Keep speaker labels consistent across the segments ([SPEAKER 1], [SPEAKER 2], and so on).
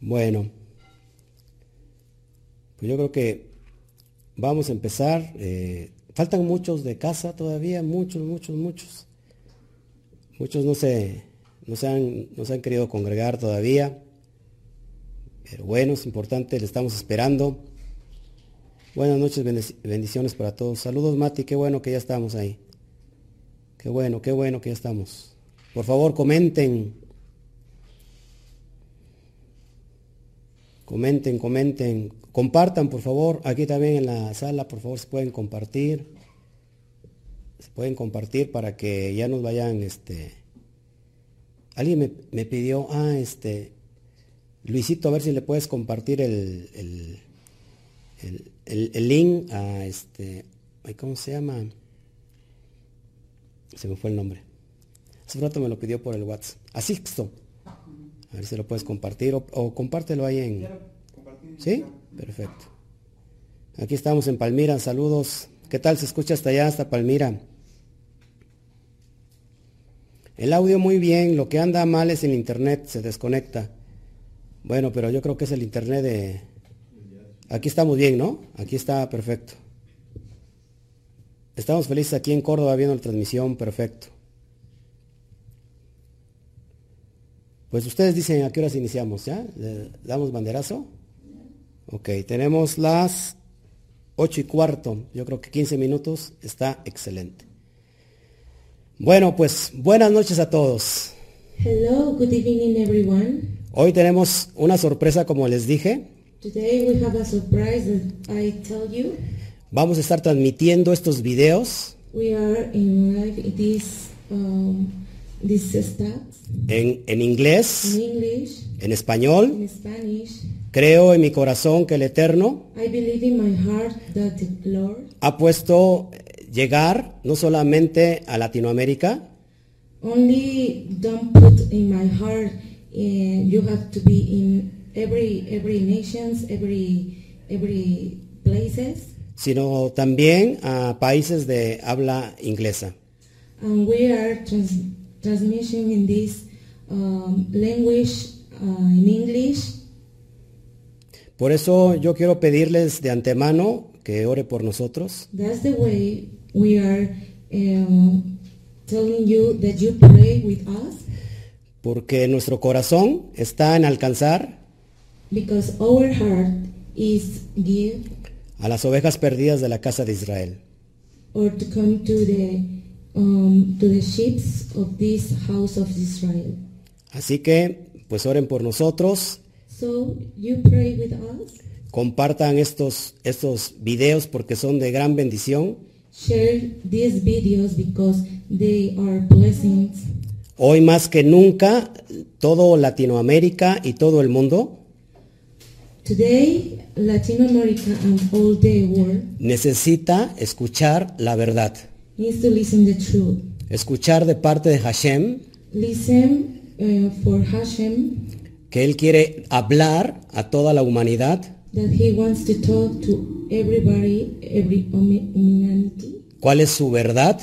[SPEAKER 1] Bueno, pues yo creo que vamos a empezar. eh, faltan muchos de casa todavía, muchos, muchos, muchos. Muchos no se, no se han, no se han querido congregar todavía. Pero bueno, es importante, le estamos esperando. Buenas noches, bendic- bendiciones para todos. Saludos, Mati, qué bueno que ya estamos ahí. Qué bueno, qué bueno que ya estamos. Por favor, comenten. Comenten, comenten. Compartan, por favor. Aquí también en la sala, por favor, se pueden compartir. Se pueden compartir para que ya nos vayan, este. Alguien me, me pidió, ah, este. Luisito, a ver si le puedes compartir el, el, el- el- el link a este. ay, ¿Cómo se llama? Se me fue el nombre. Hace rato me lo pidió por el WhatsApp. A Sixto. A ver si lo puedes compartir o, o compártelo ahí en. ¿Sí? Perfecto. Aquí estamos en Palmira, saludos. ¿Qué tal se escucha hasta allá, hasta Palmira? El audio muy bien, lo que anda mal es el internet, se desconecta. Bueno, pero yo creo que es el internet de... Aquí estamos bien, ¿no? Aquí está perfecto. Estamos felices aquí en Córdoba viendo la transmisión, perfecto. Pues ustedes dicen a qué horas iniciamos, ¿ya? ¿Le damos banderazo? Ok, tenemos las 8 y cuarto, yo creo que 15 minutos, está excelente. Bueno, pues buenas noches a todos.
[SPEAKER 2] Hello, good evening everyone.
[SPEAKER 1] Hoy tenemos una sorpresa, como les dije.
[SPEAKER 2] Today we have a surprise that I tell you.
[SPEAKER 1] Vamos a estar transmitiendo estos videos
[SPEAKER 2] We are in live in this um, this stats
[SPEAKER 1] en, en
[SPEAKER 2] in
[SPEAKER 1] inglés,
[SPEAKER 2] English,
[SPEAKER 1] en español.
[SPEAKER 2] in Spanish.
[SPEAKER 1] Creo en mi corazón que el Eterno
[SPEAKER 2] I believe in my heart that the Lord
[SPEAKER 1] ha puesto eh, llegar no solamente a Latinoamérica,
[SPEAKER 2] only don't put in my heart. eh, you have to be in every every nations, every every places.
[SPEAKER 1] sino también a países de habla inglesa.
[SPEAKER 2] And Um, we are trans- transmission in this um, language uh, in English.
[SPEAKER 1] Por eso yo quiero pedirles de antemano que ore por nosotros,
[SPEAKER 2] That's the way we are um, telling you that you pray with us
[SPEAKER 1] porque nuestro corazón está en alcanzar
[SPEAKER 2] because our heart is give
[SPEAKER 1] a las ovejas perdidas de la casa de Israel.
[SPEAKER 2] or to come to the um, to the ships of this house of Israel.
[SPEAKER 1] Así que, pues oren por nosotros,
[SPEAKER 2] So you pray with us,
[SPEAKER 1] compartan estos, estos videos porque son de gran bendición.
[SPEAKER 2] share these videos because they are blessings.
[SPEAKER 1] Hoy más que nunca, todo Latinoamérica y todo el mundo
[SPEAKER 2] Today, Latin America and all the world
[SPEAKER 1] necesita escuchar la verdad,
[SPEAKER 2] needs to listen the truth.
[SPEAKER 1] escuchar de parte de Hashem
[SPEAKER 2] Listen uh, for Hashem
[SPEAKER 1] que Él quiere hablar a toda la humanidad
[SPEAKER 2] that he wants to talk to everybody, every humi- humanity,
[SPEAKER 1] cuál es su verdad,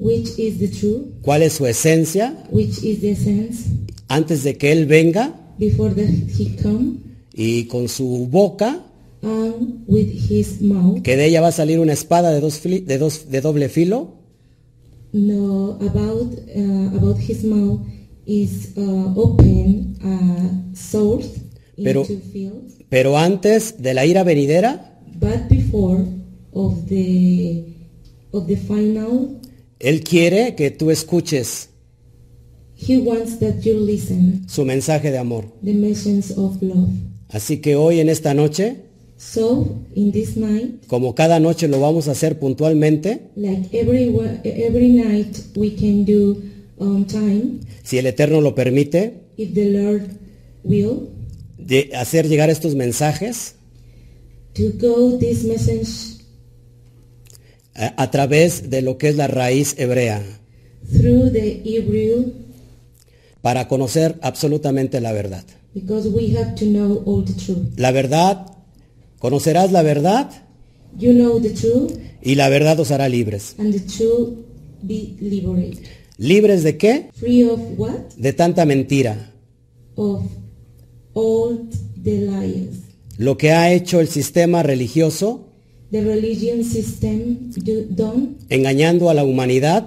[SPEAKER 2] which is the truth,
[SPEAKER 1] cuál es su esencia,
[SPEAKER 2] which is the sense
[SPEAKER 1] antes de que Él venga
[SPEAKER 2] before that he come,
[SPEAKER 1] y con su boca,
[SPEAKER 2] and with his mouth
[SPEAKER 1] que de ella va a salir una espada de, dos fili- de, dos, de doble filo,
[SPEAKER 2] no about uh, about his mouth is uh, open uh, sword
[SPEAKER 1] Pero-
[SPEAKER 2] into fields.
[SPEAKER 1] pero antes de la ira venidera,
[SPEAKER 2] But before of the of the final,
[SPEAKER 1] Él quiere que tú escuches
[SPEAKER 2] he wants that you listen
[SPEAKER 1] su mensaje de amor.
[SPEAKER 2] the message of love.
[SPEAKER 1] Así que hoy en esta noche,
[SPEAKER 2] So in this night,
[SPEAKER 1] como cada noche lo vamos a hacer puntualmente,
[SPEAKER 2] like every wa- every night, we can do on time
[SPEAKER 1] si el Eterno lo permite,
[SPEAKER 2] if the Lord will
[SPEAKER 1] de hacer llegar estos mensajes
[SPEAKER 2] to go this message
[SPEAKER 1] a, eh, a través de lo que es la raíz hebrea,
[SPEAKER 2] through the Hebrew
[SPEAKER 1] para conocer absolutamente la verdad.
[SPEAKER 2] because we have to know all the truth.
[SPEAKER 1] La verdad, conocerás la verdad
[SPEAKER 2] You know the truth,
[SPEAKER 1] y la verdad os hará libres.
[SPEAKER 2] and the truth be liberated.
[SPEAKER 1] ¿Libres de qué?
[SPEAKER 2] Free of what?
[SPEAKER 1] De tanta mentira,
[SPEAKER 2] Of all the lies.
[SPEAKER 1] Lo que ha hecho el sistema religioso
[SPEAKER 2] The religion system do, done
[SPEAKER 1] engañando a la humanidad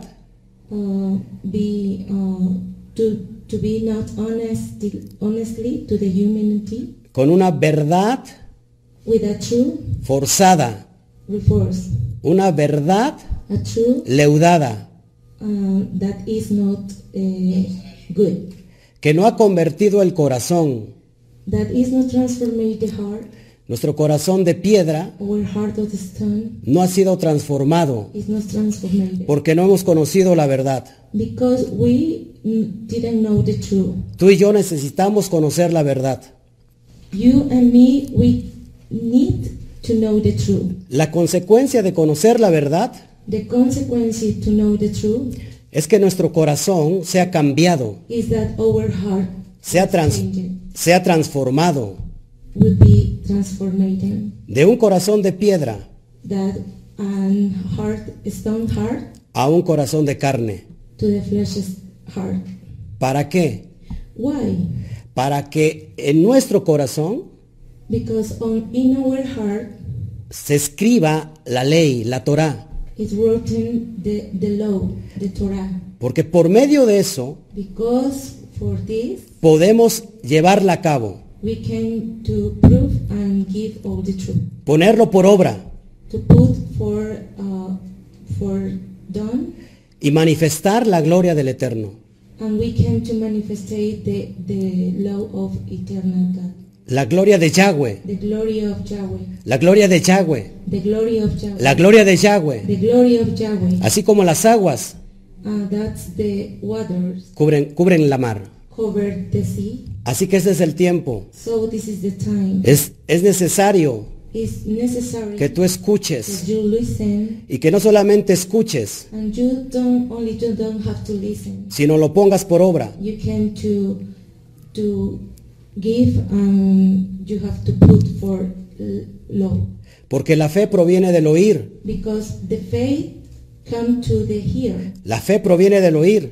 [SPEAKER 2] uh, be uh, to to be not honest honestly to the humanity
[SPEAKER 1] con una verdad
[SPEAKER 2] with a true
[SPEAKER 1] forzada,
[SPEAKER 2] reforce,
[SPEAKER 1] una verdad
[SPEAKER 2] a true
[SPEAKER 1] leudada,
[SPEAKER 2] uh, that is not uh, good,
[SPEAKER 1] que no ha convertido el corazón,
[SPEAKER 2] that is not transforming the heart.
[SPEAKER 1] nuestro corazón de piedra,
[SPEAKER 2] Our heart of the stone
[SPEAKER 1] no ha sido transformado
[SPEAKER 2] is not transformed
[SPEAKER 1] porque no hemos conocido la verdad.
[SPEAKER 2] because we n- didn't know the truth.
[SPEAKER 1] Tú y yo necesitamos conocer la verdad.
[SPEAKER 2] You and me, we need to know the truth.
[SPEAKER 1] La consecuencia de conocer la verdad
[SPEAKER 2] The consequence to know the truth
[SPEAKER 1] es que nuestro corazón sea cambiado,
[SPEAKER 2] is that our heart
[SPEAKER 1] sea, trans- sea transformado
[SPEAKER 2] will be transformed.
[SPEAKER 1] de un corazón de piedra
[SPEAKER 2] That an heart, stone heart,
[SPEAKER 1] a un corazón de carne.
[SPEAKER 2] to the flesh's heart.
[SPEAKER 1] ¿Para qué?
[SPEAKER 2] Why?
[SPEAKER 1] Para que en nuestro corazón
[SPEAKER 2] Because on in our heart
[SPEAKER 1] se escriba la ley, la Torá,
[SPEAKER 2] is written the, the law, the Torah.
[SPEAKER 1] porque por medio de eso
[SPEAKER 2] Because for this
[SPEAKER 1] podemos llevarla a cabo,
[SPEAKER 2] we came to prove and give all the truth.
[SPEAKER 1] ponerlo por obra
[SPEAKER 2] To put for uh, for done
[SPEAKER 1] y manifestar la gloria del Eterno.
[SPEAKER 2] and we came to manifestate the, the law of eternal God.
[SPEAKER 1] La gloria de Yahweh,
[SPEAKER 2] The glory of Yahweh.
[SPEAKER 1] la gloria de Yahweh,
[SPEAKER 2] The glory of Yahweh.
[SPEAKER 1] la gloria de Yahweh,
[SPEAKER 2] the glory of Yahweh.
[SPEAKER 1] así como las aguas
[SPEAKER 2] Uh, that's the waters
[SPEAKER 1] cubren, cubren la mar.
[SPEAKER 2] covered the sea.
[SPEAKER 1] Así que este es el tiempo.
[SPEAKER 2] So this is the time.
[SPEAKER 1] Es, es necesario
[SPEAKER 2] It's necessary
[SPEAKER 1] que tú
[SPEAKER 2] that
[SPEAKER 1] escuches
[SPEAKER 2] you listen
[SPEAKER 1] y que no solamente escuches,
[SPEAKER 2] and you don't only you don't have to listen.
[SPEAKER 1] sino lo pongas por obra.
[SPEAKER 2] You can to to give and you have to put for l- law
[SPEAKER 1] Porque la fe proviene del oír.
[SPEAKER 2] because the faith come to the here.
[SPEAKER 1] La fe proviene del oír.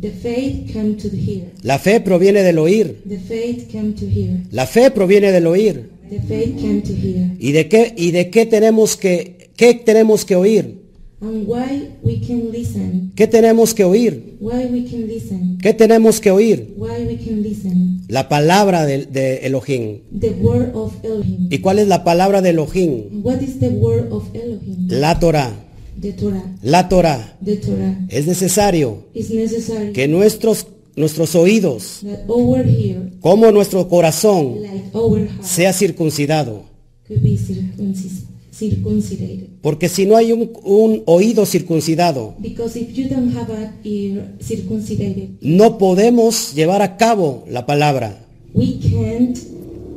[SPEAKER 2] The faith come to the here.
[SPEAKER 1] La fe proviene del oír.
[SPEAKER 2] The faith come to here.
[SPEAKER 1] La fe proviene del oír.
[SPEAKER 2] The faith come to here.
[SPEAKER 1] ¿Y de qué, y de qué tenemos que qué tenemos que oír?
[SPEAKER 2] And why we can listen?
[SPEAKER 1] ¿Qué tenemos que oír?
[SPEAKER 2] Why we can listen?
[SPEAKER 1] ¿Qué tenemos que oír?
[SPEAKER 2] Why we can listen?
[SPEAKER 1] La palabra de, de Elohim.
[SPEAKER 2] The word of Elohim.
[SPEAKER 1] ¿Y cuál es la palabra de Elohim?
[SPEAKER 2] What is the word of Elohim?
[SPEAKER 1] La Torah.
[SPEAKER 2] The Torah.
[SPEAKER 1] La Torah.
[SPEAKER 2] The Torah
[SPEAKER 1] Es necesario
[SPEAKER 2] is necessary
[SPEAKER 1] que nuestros nuestros oídos,
[SPEAKER 2] that over here,
[SPEAKER 1] como nuestro corazón,
[SPEAKER 2] like our heart,
[SPEAKER 1] sea circuncidado.
[SPEAKER 2] could be circuncis- circumcised.
[SPEAKER 1] Porque si no hay un, un oído circuncidado,
[SPEAKER 2] Because if you don't have an ear circumcised,
[SPEAKER 1] no podemos llevar a cabo la palabra.
[SPEAKER 2] we can't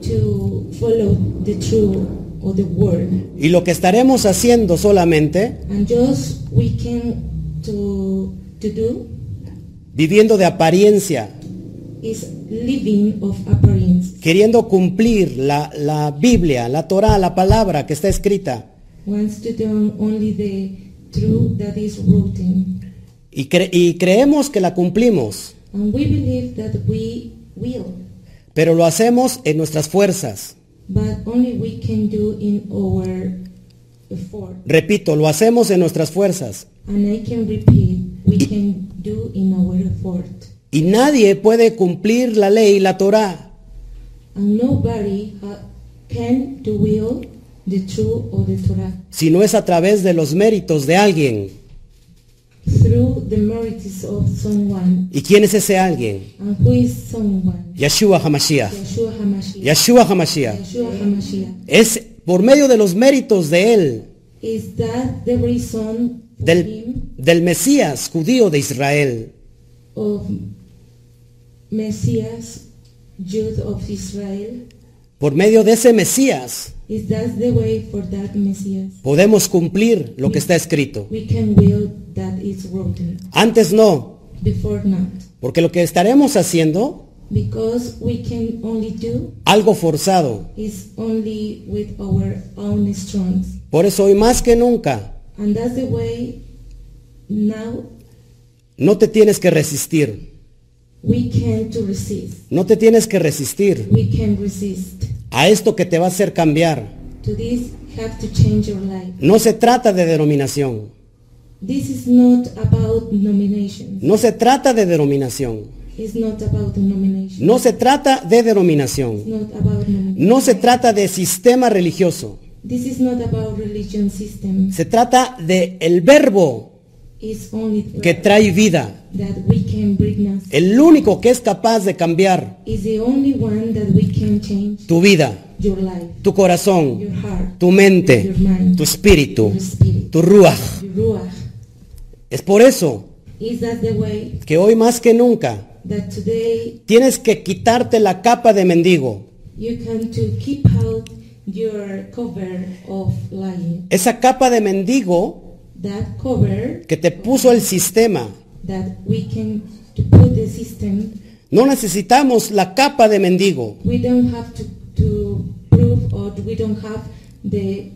[SPEAKER 2] to follow the true or the word.
[SPEAKER 1] Y lo que estaremos haciendo solamente,
[SPEAKER 2] And just we can to to do
[SPEAKER 1] viviendo de apariencia,
[SPEAKER 2] is living of appearance.
[SPEAKER 1] queriendo cumplir la, la Biblia, la Torah, la palabra que está escrita,
[SPEAKER 2] Wants to do only the true that is written.
[SPEAKER 1] y, cre- y creemos que la cumplimos,
[SPEAKER 2] And we believe that we will,
[SPEAKER 1] pero lo hacemos en nuestras fuerzas.
[SPEAKER 2] but only we can do in our effort.
[SPEAKER 1] Repito, lo hacemos en nuestras fuerzas.
[SPEAKER 2] And I can repeat, we can do in our effort.
[SPEAKER 1] Y nadie puede cumplir la ley, la Torah,
[SPEAKER 2] And nobody ha- can do will the true or the Torah
[SPEAKER 1] si no es a través de los méritos de alguien.
[SPEAKER 2] through the merits of someone.
[SPEAKER 1] ¿Y quién es ese alguien?
[SPEAKER 2] And who is someone?
[SPEAKER 1] Yeshua Hamashiach.
[SPEAKER 2] Yeshua HaMashiach.
[SPEAKER 1] Yeshua Hamashiach.
[SPEAKER 2] Yeshua HaMashiach.
[SPEAKER 1] Es por medio de los méritos de él,
[SPEAKER 2] Is that the reason for him
[SPEAKER 1] del, del Mesías judío de Israel,
[SPEAKER 2] of Messias, Jude of Israel?
[SPEAKER 1] por medio de ese Mesías,
[SPEAKER 2] Is that the way for that Messias?
[SPEAKER 1] podemos cumplir lo que está escrito.
[SPEAKER 2] We can will that is written
[SPEAKER 1] Antes no,
[SPEAKER 2] before not,
[SPEAKER 1] porque lo que estaremos haciendo,
[SPEAKER 2] because we can only do
[SPEAKER 1] algo forzado.
[SPEAKER 2] is only with our own strength,
[SPEAKER 1] Por eso hoy más que nunca,
[SPEAKER 2] and that's the way. Now
[SPEAKER 1] no te tienes que resistir.
[SPEAKER 2] We can to resist.
[SPEAKER 1] No te tienes que resistir
[SPEAKER 2] We can resist.
[SPEAKER 1] a esto que te va a hacer cambiar.
[SPEAKER 2] To this have to change your life.
[SPEAKER 1] No se trata de denominación,
[SPEAKER 2] This is not about nomination.
[SPEAKER 1] no se trata de denominación,
[SPEAKER 2] It's not about nomination.
[SPEAKER 1] no se trata de
[SPEAKER 2] It's
[SPEAKER 1] denominación,
[SPEAKER 2] not about nomination.
[SPEAKER 1] no se trata de sistema religioso,
[SPEAKER 2] This is not about religion system.
[SPEAKER 1] se trata de el verbo
[SPEAKER 2] It's only
[SPEAKER 1] que trae vida,
[SPEAKER 2] that we can bring us.
[SPEAKER 1] el único que es capaz de cambiar
[SPEAKER 2] Is the only one that we can change
[SPEAKER 1] tu vida,
[SPEAKER 2] your life,
[SPEAKER 1] tu corazón,
[SPEAKER 2] your heart,
[SPEAKER 1] tu mente, tu espíritu,
[SPEAKER 2] your spirit,
[SPEAKER 1] tu ruaj.
[SPEAKER 2] your ruach.
[SPEAKER 1] Es por eso
[SPEAKER 2] Is that the way
[SPEAKER 1] que hoy más que nunca
[SPEAKER 2] that today
[SPEAKER 1] tienes que quitarte la capa de mendigo,
[SPEAKER 2] you can to keep out your cover of lying?
[SPEAKER 1] esa capa de mendigo
[SPEAKER 2] That cover
[SPEAKER 1] que te puso el sistema.
[SPEAKER 2] that we can to put the system.
[SPEAKER 1] No necesitamos la capa de mendigo.
[SPEAKER 2] We don't have to, to prove or we don't have the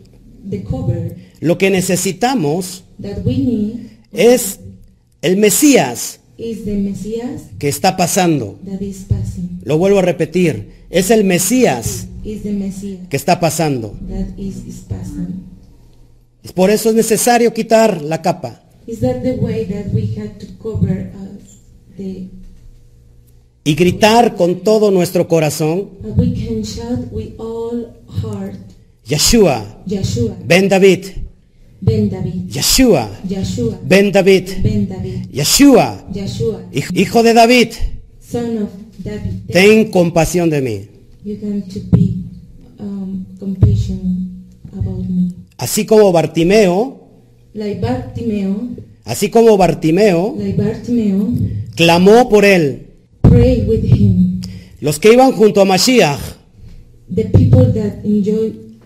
[SPEAKER 2] the cover
[SPEAKER 1] Lo que necesitamos
[SPEAKER 2] that we need
[SPEAKER 1] es el Mesías
[SPEAKER 2] is the Messias
[SPEAKER 1] que está pasando.
[SPEAKER 2] that is passing.
[SPEAKER 1] Lo vuelvo a repetir, es el Mesías
[SPEAKER 2] Is the Messiah
[SPEAKER 1] que está pasando.
[SPEAKER 2] that is, is passing.
[SPEAKER 1] Por eso es necesario quitar la capa
[SPEAKER 2] Is that the way that we had to cover us? The
[SPEAKER 1] y gritar con todo nuestro corazón,
[SPEAKER 2] uh, we can shout with all heart,
[SPEAKER 1] Yeshua,
[SPEAKER 2] Yeshua,
[SPEAKER 1] Ben David,
[SPEAKER 2] Ben David,
[SPEAKER 1] Yeshua,
[SPEAKER 2] Yeshua,
[SPEAKER 1] Ben David,
[SPEAKER 2] Ben David,
[SPEAKER 1] Yeshua,
[SPEAKER 2] Yeshua,
[SPEAKER 1] Hij- Hijo de David,
[SPEAKER 2] son of David.
[SPEAKER 1] ten compasión de mí.
[SPEAKER 2] You can to be um, compassion about me,
[SPEAKER 1] Así como Bartimeo,
[SPEAKER 2] like Bartimeo,
[SPEAKER 1] así como Bartimeo
[SPEAKER 2] like Bartimeo,
[SPEAKER 1] clamó por él
[SPEAKER 2] pray with him.
[SPEAKER 1] Los que iban junto a Mashiach,
[SPEAKER 2] The people that enjoy,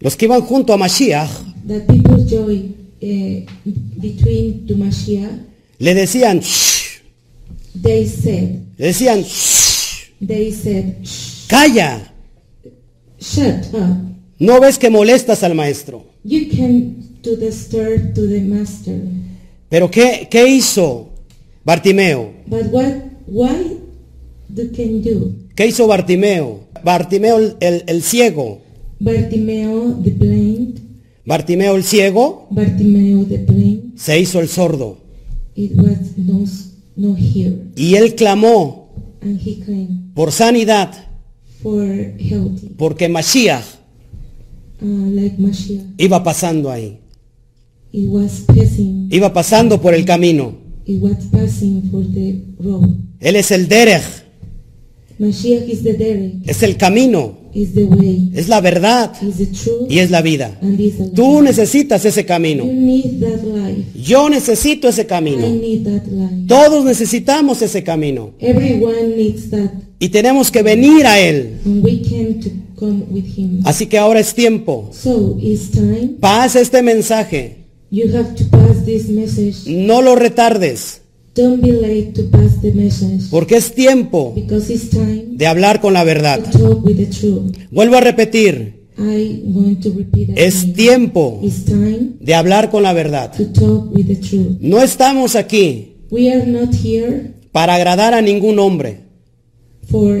[SPEAKER 1] los que iban junto a Mashiach,
[SPEAKER 2] that people joy uh, between to Mashiach,
[SPEAKER 1] le decían, "Shh",
[SPEAKER 2] they said.
[SPEAKER 1] le decían, "Shh,
[SPEAKER 2] They said, "Shh,
[SPEAKER 1] calla,
[SPEAKER 2] shut up.
[SPEAKER 1] no ves que molestas al maestro.
[SPEAKER 2] You came to the store to the master.
[SPEAKER 1] Pero ¿qué, qué hizo Bartimeo?
[SPEAKER 2] But what, why do can do?
[SPEAKER 1] ¿Qué hizo Bartimeo? Bartimeo el, el- el ciego,
[SPEAKER 2] Bartimeo the blind,
[SPEAKER 1] Bartimeo el ciego
[SPEAKER 2] Bartimeo the blind,
[SPEAKER 1] se hizo el sordo.
[SPEAKER 2] it was no, s- no here.
[SPEAKER 1] Y él clamó
[SPEAKER 2] And he claimed
[SPEAKER 1] por sanidad,
[SPEAKER 2] for healthy,
[SPEAKER 1] porque Mashiach
[SPEAKER 2] uh, like Mashiach.
[SPEAKER 1] iba pasando ahí,
[SPEAKER 2] It was passing,
[SPEAKER 1] iba pasando por el camino.
[SPEAKER 2] it was passing for the road.
[SPEAKER 1] Él es el Derech,
[SPEAKER 2] Mashiach is the direct,
[SPEAKER 1] es el camino,
[SPEAKER 2] is the way,
[SPEAKER 1] es la verdad.
[SPEAKER 2] is the truth,
[SPEAKER 1] y es la vida.
[SPEAKER 2] and is the
[SPEAKER 1] Tú
[SPEAKER 2] life.
[SPEAKER 1] necesitas ese
[SPEAKER 2] You
[SPEAKER 1] camino.
[SPEAKER 2] need that life.
[SPEAKER 1] Yo necesito ese
[SPEAKER 2] I
[SPEAKER 1] camino.
[SPEAKER 2] need that life.
[SPEAKER 1] Todos necesitamos ese camino.
[SPEAKER 2] Everyone needs that,
[SPEAKER 1] Y tenemos que venir a Él.
[SPEAKER 2] and we came to come with him.
[SPEAKER 1] Así que ahora es tiempo.
[SPEAKER 2] So it's time.
[SPEAKER 1] Pasa este mensaje.
[SPEAKER 2] You have to pass this message.
[SPEAKER 1] No lo retardes.
[SPEAKER 2] Don't be late to pass the message
[SPEAKER 1] Porque es tiempo
[SPEAKER 2] because it's time
[SPEAKER 1] de hablar con la
[SPEAKER 2] to
[SPEAKER 1] verdad.
[SPEAKER 2] talk with the truth.
[SPEAKER 1] Vuelvo a repetir.
[SPEAKER 2] I want to repeat
[SPEAKER 1] Es
[SPEAKER 2] again.
[SPEAKER 1] tiempo
[SPEAKER 2] It's time
[SPEAKER 1] de hablar con la verdad.
[SPEAKER 2] to talk with the truth.
[SPEAKER 1] No estamos aquí
[SPEAKER 2] We are not here
[SPEAKER 1] para agradar a ningún hombre.
[SPEAKER 2] for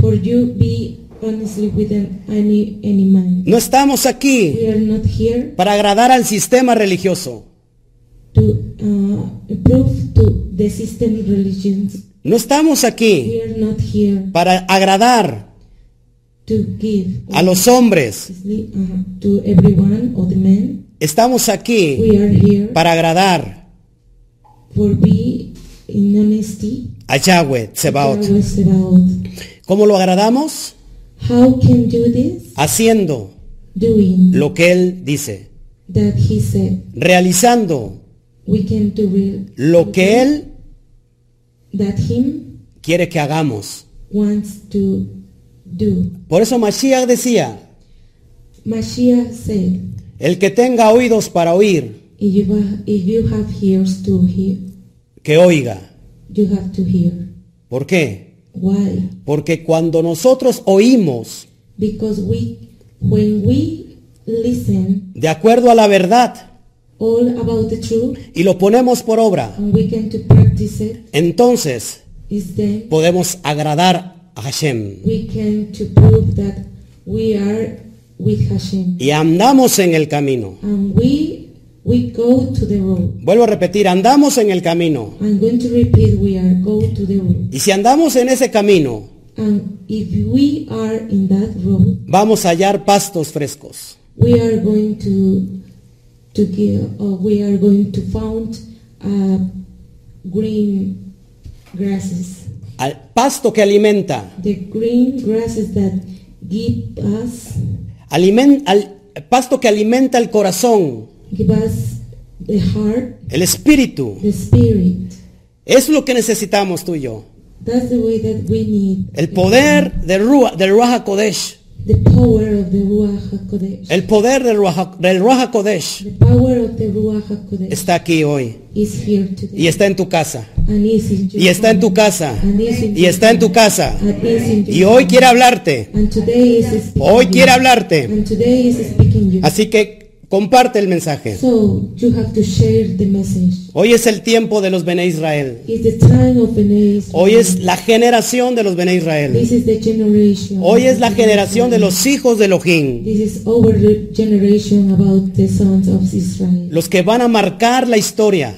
[SPEAKER 2] for you be honestly with an, any any man.
[SPEAKER 1] No estamos aquí
[SPEAKER 2] We are not here
[SPEAKER 1] para agradar al sistema religioso.
[SPEAKER 2] to uh, prove to the system religions
[SPEAKER 1] No estamos aquí
[SPEAKER 2] We are not here
[SPEAKER 1] para agradar
[SPEAKER 2] to give
[SPEAKER 1] a los hombres.
[SPEAKER 2] honestly, uh, to everyone or the men.
[SPEAKER 1] Estamos aquí
[SPEAKER 2] We are here
[SPEAKER 1] para agradar
[SPEAKER 2] for be in honesty.
[SPEAKER 1] a Yahweh Tsebaot.
[SPEAKER 2] Always about
[SPEAKER 1] ¿Cómo lo agradamos?
[SPEAKER 2] how can do this
[SPEAKER 1] Haciendo
[SPEAKER 2] doing
[SPEAKER 1] lo que Él dice,
[SPEAKER 2] that he said
[SPEAKER 1] realizando
[SPEAKER 2] we can do real
[SPEAKER 1] lo que Él
[SPEAKER 2] that him
[SPEAKER 1] quiere que hagamos.
[SPEAKER 2] wants to do.
[SPEAKER 1] Por eso Mashiach decía,
[SPEAKER 2] Mashiach said,
[SPEAKER 1] el que tenga oídos para oír,
[SPEAKER 2] if you, ha- if you have ears to hear,
[SPEAKER 1] que oiga.
[SPEAKER 2] you have to hear.
[SPEAKER 1] ¿Por qué?
[SPEAKER 2] Why?
[SPEAKER 1] Porque cuando nosotros oímos
[SPEAKER 2] Because we, when we listen,
[SPEAKER 1] de acuerdo a la verdad
[SPEAKER 2] all about the truth
[SPEAKER 1] y lo ponemos por obra,
[SPEAKER 2] and we can to practice it
[SPEAKER 1] entonces
[SPEAKER 2] is then
[SPEAKER 1] podemos agradar a Hashem.
[SPEAKER 2] we can to prove that we are with Hashem.
[SPEAKER 1] Y andamos en el camino.
[SPEAKER 2] And we we go to the road.
[SPEAKER 1] Vuelvo a repetir, andamos en el camino.
[SPEAKER 2] I'm going to repeat we are go to the road.
[SPEAKER 1] Y si andamos en ese camino,
[SPEAKER 2] And if we are in that road,
[SPEAKER 1] vamos a hallar pastos frescos.
[SPEAKER 2] we are going to to give or we are going to found uh, green grasses.
[SPEAKER 1] Al pasto que alimenta.
[SPEAKER 2] The green grasses that give us
[SPEAKER 1] Alimen- al, pasto que alimenta el corazón,
[SPEAKER 2] give us the heart,
[SPEAKER 1] el espíritu.
[SPEAKER 2] the spirit.
[SPEAKER 1] Es lo que necesitamos tú y yo.
[SPEAKER 2] That's the way that we need
[SPEAKER 1] El poder del, Rua, del Ruach HaKodesh.
[SPEAKER 2] the power of the Ruach HaKodesh.
[SPEAKER 1] El poder del Ruach, Ha- del Ruach HaKodesh
[SPEAKER 2] The power of the Ruach HaKodesh
[SPEAKER 1] está aquí hoy.
[SPEAKER 2] is here today.
[SPEAKER 1] Y está en tu casa.
[SPEAKER 2] And is in your
[SPEAKER 1] Y está en tu
[SPEAKER 2] home.
[SPEAKER 1] casa.
[SPEAKER 2] And is in
[SPEAKER 1] Y
[SPEAKER 2] your
[SPEAKER 1] está en tu
[SPEAKER 2] home.
[SPEAKER 1] casa.
[SPEAKER 2] And is in your
[SPEAKER 1] Y hoy
[SPEAKER 2] home.
[SPEAKER 1] quiere hablarte.
[SPEAKER 2] And today is speaking
[SPEAKER 1] Hoy
[SPEAKER 2] you.
[SPEAKER 1] quiere hablarte.
[SPEAKER 2] And today is speaking you.
[SPEAKER 1] Así que comparte el mensaje.
[SPEAKER 2] So you have to share the message.
[SPEAKER 1] Hoy es el tiempo de los Bene Israel.
[SPEAKER 2] It's the time of Bnei Israel.
[SPEAKER 1] Hoy es la generación de los Bene Israel.
[SPEAKER 2] This is the generation.
[SPEAKER 1] Hoy es la generación de los hijos de Elohim.
[SPEAKER 2] This is our generation about the sons of Israel.
[SPEAKER 1] Los que van a marcar la historia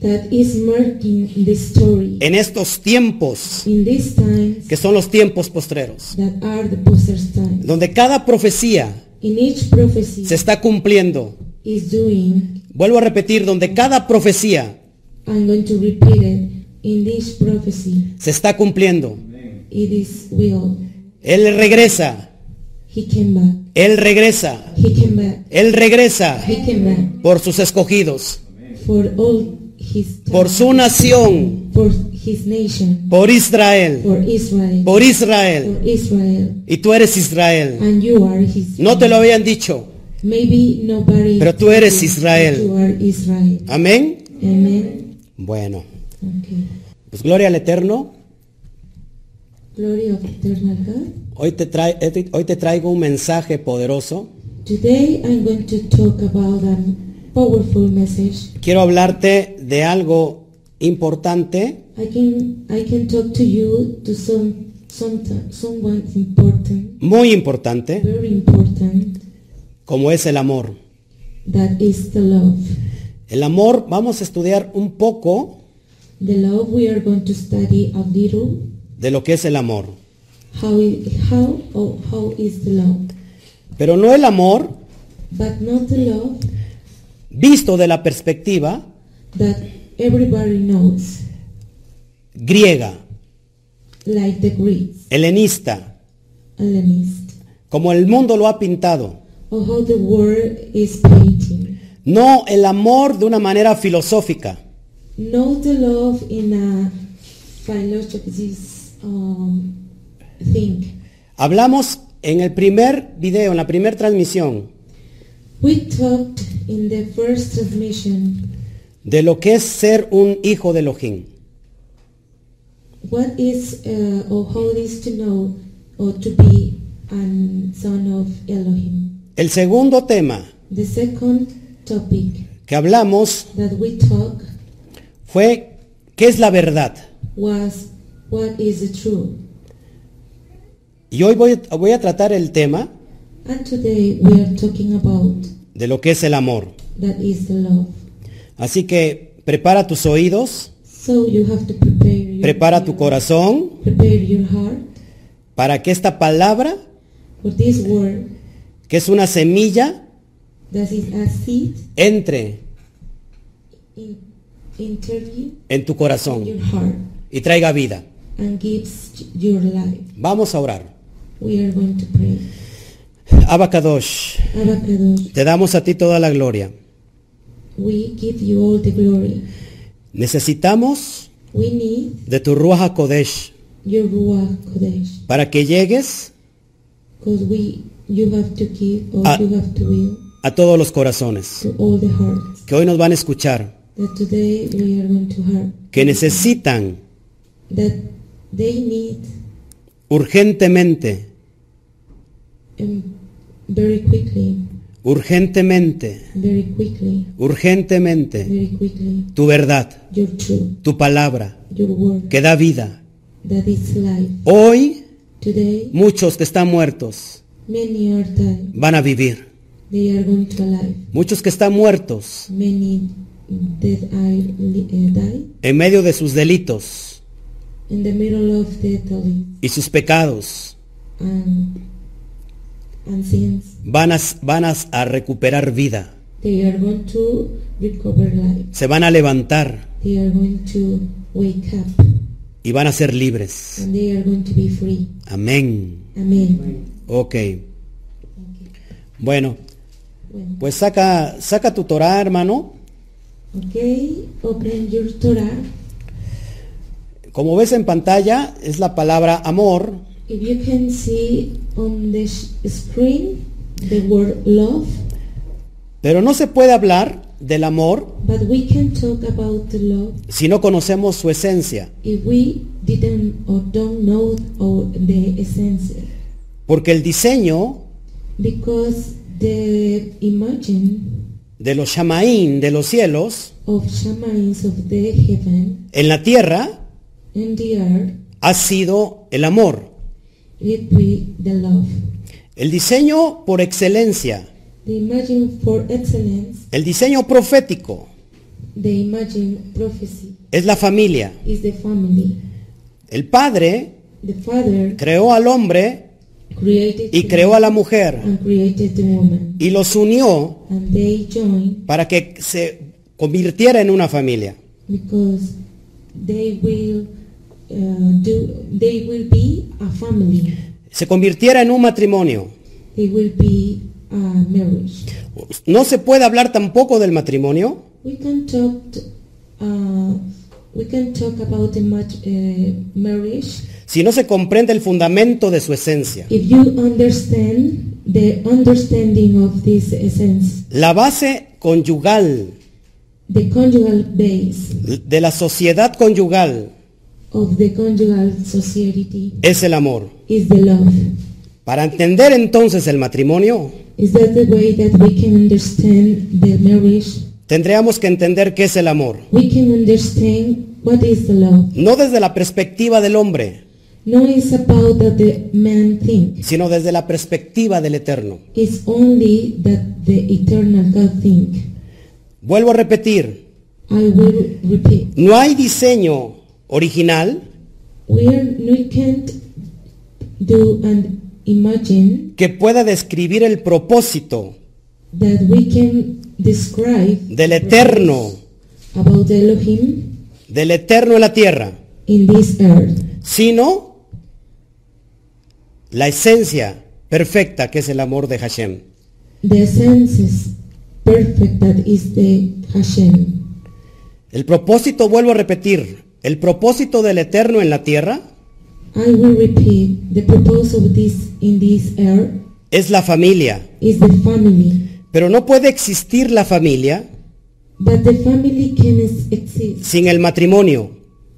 [SPEAKER 2] That is marking the story
[SPEAKER 1] en estos tiempos,
[SPEAKER 2] in these times
[SPEAKER 1] que son los tiempos postreros.
[SPEAKER 2] that are the poster's time.
[SPEAKER 1] Donde cada profecía
[SPEAKER 2] In each prophecy
[SPEAKER 1] se está cumpliendo.
[SPEAKER 2] is doing
[SPEAKER 1] Vuelvo a repetir, donde cada profecía
[SPEAKER 2] I'm going to repeat it. In this prophecy,
[SPEAKER 1] se está cumpliendo.
[SPEAKER 2] it is will.
[SPEAKER 1] Él regresa,
[SPEAKER 2] He came back.
[SPEAKER 1] Él regresa,
[SPEAKER 2] He came back.
[SPEAKER 1] Él regresa
[SPEAKER 2] He came back
[SPEAKER 1] por sus escogidos,
[SPEAKER 2] for all his
[SPEAKER 1] por su nación,
[SPEAKER 2] for his nation,
[SPEAKER 1] por Israel,
[SPEAKER 2] for Israel,
[SPEAKER 1] por Israel.
[SPEAKER 2] for Israel,
[SPEAKER 1] Y tú eres Israel.
[SPEAKER 2] and you are his.
[SPEAKER 1] No te lo habían dicho.
[SPEAKER 2] Maybe nobody.
[SPEAKER 1] Pero tú eres
[SPEAKER 2] told you,
[SPEAKER 1] Israel.
[SPEAKER 2] You are Israel.
[SPEAKER 1] Amén.
[SPEAKER 2] Amen.
[SPEAKER 1] Bueno,
[SPEAKER 2] Okay.
[SPEAKER 1] pues gloria al Eterno.
[SPEAKER 2] Glory of eternal God.
[SPEAKER 1] Hoy te, trae- hoy te traigo un mensaje poderoso.
[SPEAKER 2] Today I'm going to talk about a powerful message.
[SPEAKER 1] Quiero hablarte de algo importante
[SPEAKER 2] I can I can talk to you to some some someone important,
[SPEAKER 1] muy importante,
[SPEAKER 2] very important.
[SPEAKER 1] como es el amor.
[SPEAKER 2] That is the love.
[SPEAKER 1] El amor, vamos a estudiar un poco
[SPEAKER 2] The love we are going to study a little.
[SPEAKER 1] de lo que es el amor.
[SPEAKER 2] How i- how or how is the love?
[SPEAKER 1] Pero no el amor
[SPEAKER 2] But not the love
[SPEAKER 1] visto de la perspectiva
[SPEAKER 2] that everybody knows,
[SPEAKER 1] griega,
[SPEAKER 2] like the Greeks,
[SPEAKER 1] helenista,
[SPEAKER 2] Hellenist,
[SPEAKER 1] como el mundo lo ha pintado.
[SPEAKER 2] or how the world is painting.
[SPEAKER 1] No el amor de una manera filosófica,
[SPEAKER 2] Not the love in a philosophical um, thing.
[SPEAKER 1] Hablamos en el primer video, en la primera transmisión,
[SPEAKER 2] We talked in the first transmission
[SPEAKER 1] de lo que es ser un hijo de Elohim.
[SPEAKER 2] what is uh, or how it is to know or to be a son of Elohim.
[SPEAKER 1] El segundo tema
[SPEAKER 2] The second topic
[SPEAKER 1] que hablamos
[SPEAKER 2] that we talked
[SPEAKER 1] fue qué es la verdad.
[SPEAKER 2] was what is the truth.
[SPEAKER 1] Y hoy voy, voy a tratar el tema
[SPEAKER 2] And today we are talking about
[SPEAKER 1] de lo que es el amor.
[SPEAKER 2] that is the love.
[SPEAKER 1] Así que prepara tus oídos,
[SPEAKER 2] So you have to prepare your
[SPEAKER 1] prepara tu corazón
[SPEAKER 2] prepare your heart
[SPEAKER 1] para que esta palabra,
[SPEAKER 2] for this word
[SPEAKER 1] que es una semilla,
[SPEAKER 2] that is a seed
[SPEAKER 1] entre
[SPEAKER 2] in interview
[SPEAKER 1] en tu
[SPEAKER 2] in
[SPEAKER 1] corazón
[SPEAKER 2] your heart
[SPEAKER 1] y traiga vida.
[SPEAKER 2] and gives your life.
[SPEAKER 1] Vamos a orar.
[SPEAKER 2] We are going to pray.
[SPEAKER 1] Abacadosh,
[SPEAKER 2] Abba Kadosh,
[SPEAKER 1] te damos a ti toda la gloria.
[SPEAKER 2] We give you all the glory.
[SPEAKER 1] Necesitamos
[SPEAKER 2] We need
[SPEAKER 1] de tu Ruach HaKodesh
[SPEAKER 2] your Ruach Kodesh
[SPEAKER 1] para que llegues
[SPEAKER 2] because we you have to give or
[SPEAKER 1] Ah.
[SPEAKER 2] you have to will
[SPEAKER 1] a todos los corazones
[SPEAKER 2] to all the hearts
[SPEAKER 1] que hoy nos van a escuchar,
[SPEAKER 2] that today we are going to heart
[SPEAKER 1] que necesitan
[SPEAKER 2] that they need
[SPEAKER 1] urgentemente,
[SPEAKER 2] um, very quickly,
[SPEAKER 1] urgentemente,
[SPEAKER 2] very quickly,
[SPEAKER 1] urgentemente
[SPEAKER 2] very quickly
[SPEAKER 1] tu verdad,
[SPEAKER 2] your truth,
[SPEAKER 1] tu palabra
[SPEAKER 2] your word
[SPEAKER 1] que da vida,
[SPEAKER 2] that is life.
[SPEAKER 1] Hoy
[SPEAKER 2] Today,
[SPEAKER 1] muchos que están muertos
[SPEAKER 2] many are dying.
[SPEAKER 1] van a vivir.
[SPEAKER 2] They are going to alive.
[SPEAKER 1] Muchos que están muertos
[SPEAKER 2] Many that are li- uh, die
[SPEAKER 1] en medio de sus delitos
[SPEAKER 2] in the middle of the Italy
[SPEAKER 1] y sus pecados
[SPEAKER 2] and and sins.
[SPEAKER 1] van a, van a- a recuperar vida.
[SPEAKER 2] They are going to recover life.
[SPEAKER 1] Se van a levantar
[SPEAKER 2] They are going to wake up
[SPEAKER 1] y van a ser libres.
[SPEAKER 2] and they are going to be free.
[SPEAKER 1] Amén.
[SPEAKER 2] Amen.
[SPEAKER 1] Ok. Bueno,
[SPEAKER 2] Bueno.
[SPEAKER 1] pues saca, saca tu Torah, hermano.
[SPEAKER 2] Okay, open your Torah.
[SPEAKER 1] Como ves en pantalla, es la palabra amor.
[SPEAKER 2] If you can see on the sh- screen the word love,
[SPEAKER 1] Pero no se puede hablar del amor
[SPEAKER 2] but we can talk about the love
[SPEAKER 1] si no conocemos su esencia.
[SPEAKER 2] if we didn't or don't know or the essence,
[SPEAKER 1] Porque el diseño
[SPEAKER 2] because the imagine
[SPEAKER 1] de los shamaín, de los cielos,
[SPEAKER 2] of shamans of the heaven
[SPEAKER 1] en la tierra,
[SPEAKER 2] and the earth,
[SPEAKER 1] ha sido el amor.
[SPEAKER 2] it be the love.
[SPEAKER 1] El diseño por excelencia,
[SPEAKER 2] The imagine for excellence,
[SPEAKER 1] el diseño profético,
[SPEAKER 2] the imagine prophecy
[SPEAKER 1] es la familia.
[SPEAKER 2] is the family.
[SPEAKER 1] El Padre
[SPEAKER 2] The father
[SPEAKER 1] creó al hombre
[SPEAKER 2] created
[SPEAKER 1] y
[SPEAKER 2] the
[SPEAKER 1] creó a la mujer
[SPEAKER 2] and created the woman.
[SPEAKER 1] y los unió
[SPEAKER 2] And they joined
[SPEAKER 1] para que se convirtiera en una familia.
[SPEAKER 2] because they will uh, do. They will be a family.
[SPEAKER 1] Se convirtiera en un matrimonio.
[SPEAKER 2] They will be a marriage.
[SPEAKER 1] No se puede hablar tampoco del matrimonio
[SPEAKER 2] We can talk. t- uh, we can talk about the mat- uh, marriage
[SPEAKER 1] si no se comprende el fundamento de su esencia.
[SPEAKER 2] if you understand the understanding of this essence,
[SPEAKER 1] La base conyugal
[SPEAKER 2] the conjugal base
[SPEAKER 1] de la sociedad conyugal
[SPEAKER 2] of the conjugal society
[SPEAKER 1] es el amor.
[SPEAKER 2] is the love.
[SPEAKER 1] Para entender entonces el matrimonio,
[SPEAKER 2] Is that the way that we can understand the marriage?
[SPEAKER 1] tendríamos que entender qué es el amor.
[SPEAKER 2] We can understand what is the love.
[SPEAKER 1] No desde la perspectiva del hombre,
[SPEAKER 2] No, it's about that the man thinks.
[SPEAKER 1] sino desde la perspectiva del eterno.
[SPEAKER 2] It's only that the eternal God think.
[SPEAKER 1] Vuelvo a repetir,
[SPEAKER 2] I will repeat.
[SPEAKER 1] no hay diseño original
[SPEAKER 2] We are, we can't do and imagine
[SPEAKER 1] que pueda describir el propósito
[SPEAKER 2] that we can describe
[SPEAKER 1] del eterno,
[SPEAKER 2] about the Elohim
[SPEAKER 1] del eterno en la tierra,
[SPEAKER 2] in this earth,
[SPEAKER 1] sino la esencia perfecta que es el amor de Hashem.
[SPEAKER 2] the essence is perfect that is the Hashem.
[SPEAKER 1] El propósito, vuelvo a repetir, el propósito del eterno en la tierra
[SPEAKER 2] I will repeat the purpose of this in this earth
[SPEAKER 1] es la familia,
[SPEAKER 2] is the family,
[SPEAKER 1] pero no puede existir la familia
[SPEAKER 2] but the family can ex- exist
[SPEAKER 1] sin el matrimonio,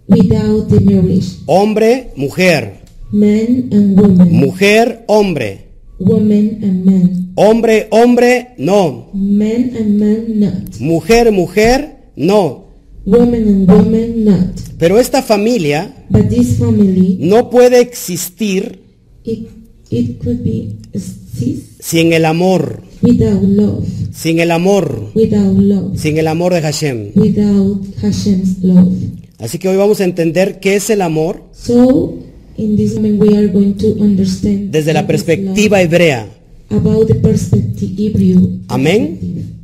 [SPEAKER 2] without the marriage.
[SPEAKER 1] hombre, mujer,
[SPEAKER 2] Man and woman,
[SPEAKER 1] mujer, hombre,
[SPEAKER 2] woman and man,
[SPEAKER 1] hombre, hombre, no,
[SPEAKER 2] man and man not,
[SPEAKER 1] mujer, mujer, no.
[SPEAKER 2] woman and woman not.
[SPEAKER 1] Pero esta familia
[SPEAKER 2] But this family,
[SPEAKER 1] no puede existir
[SPEAKER 2] it it could be exist
[SPEAKER 1] sin el amor,
[SPEAKER 2] without love,
[SPEAKER 1] sin el amor,
[SPEAKER 2] without love,
[SPEAKER 1] sin el amor de Hashem.
[SPEAKER 2] without Hashem's love.
[SPEAKER 1] Así que hoy vamos a entender qué es el amor
[SPEAKER 2] So in this moment we are going to understand
[SPEAKER 1] desde la
[SPEAKER 2] what is love.
[SPEAKER 1] perspectiva hebrea.
[SPEAKER 2] about the perspective Hebrew.
[SPEAKER 1] Amén.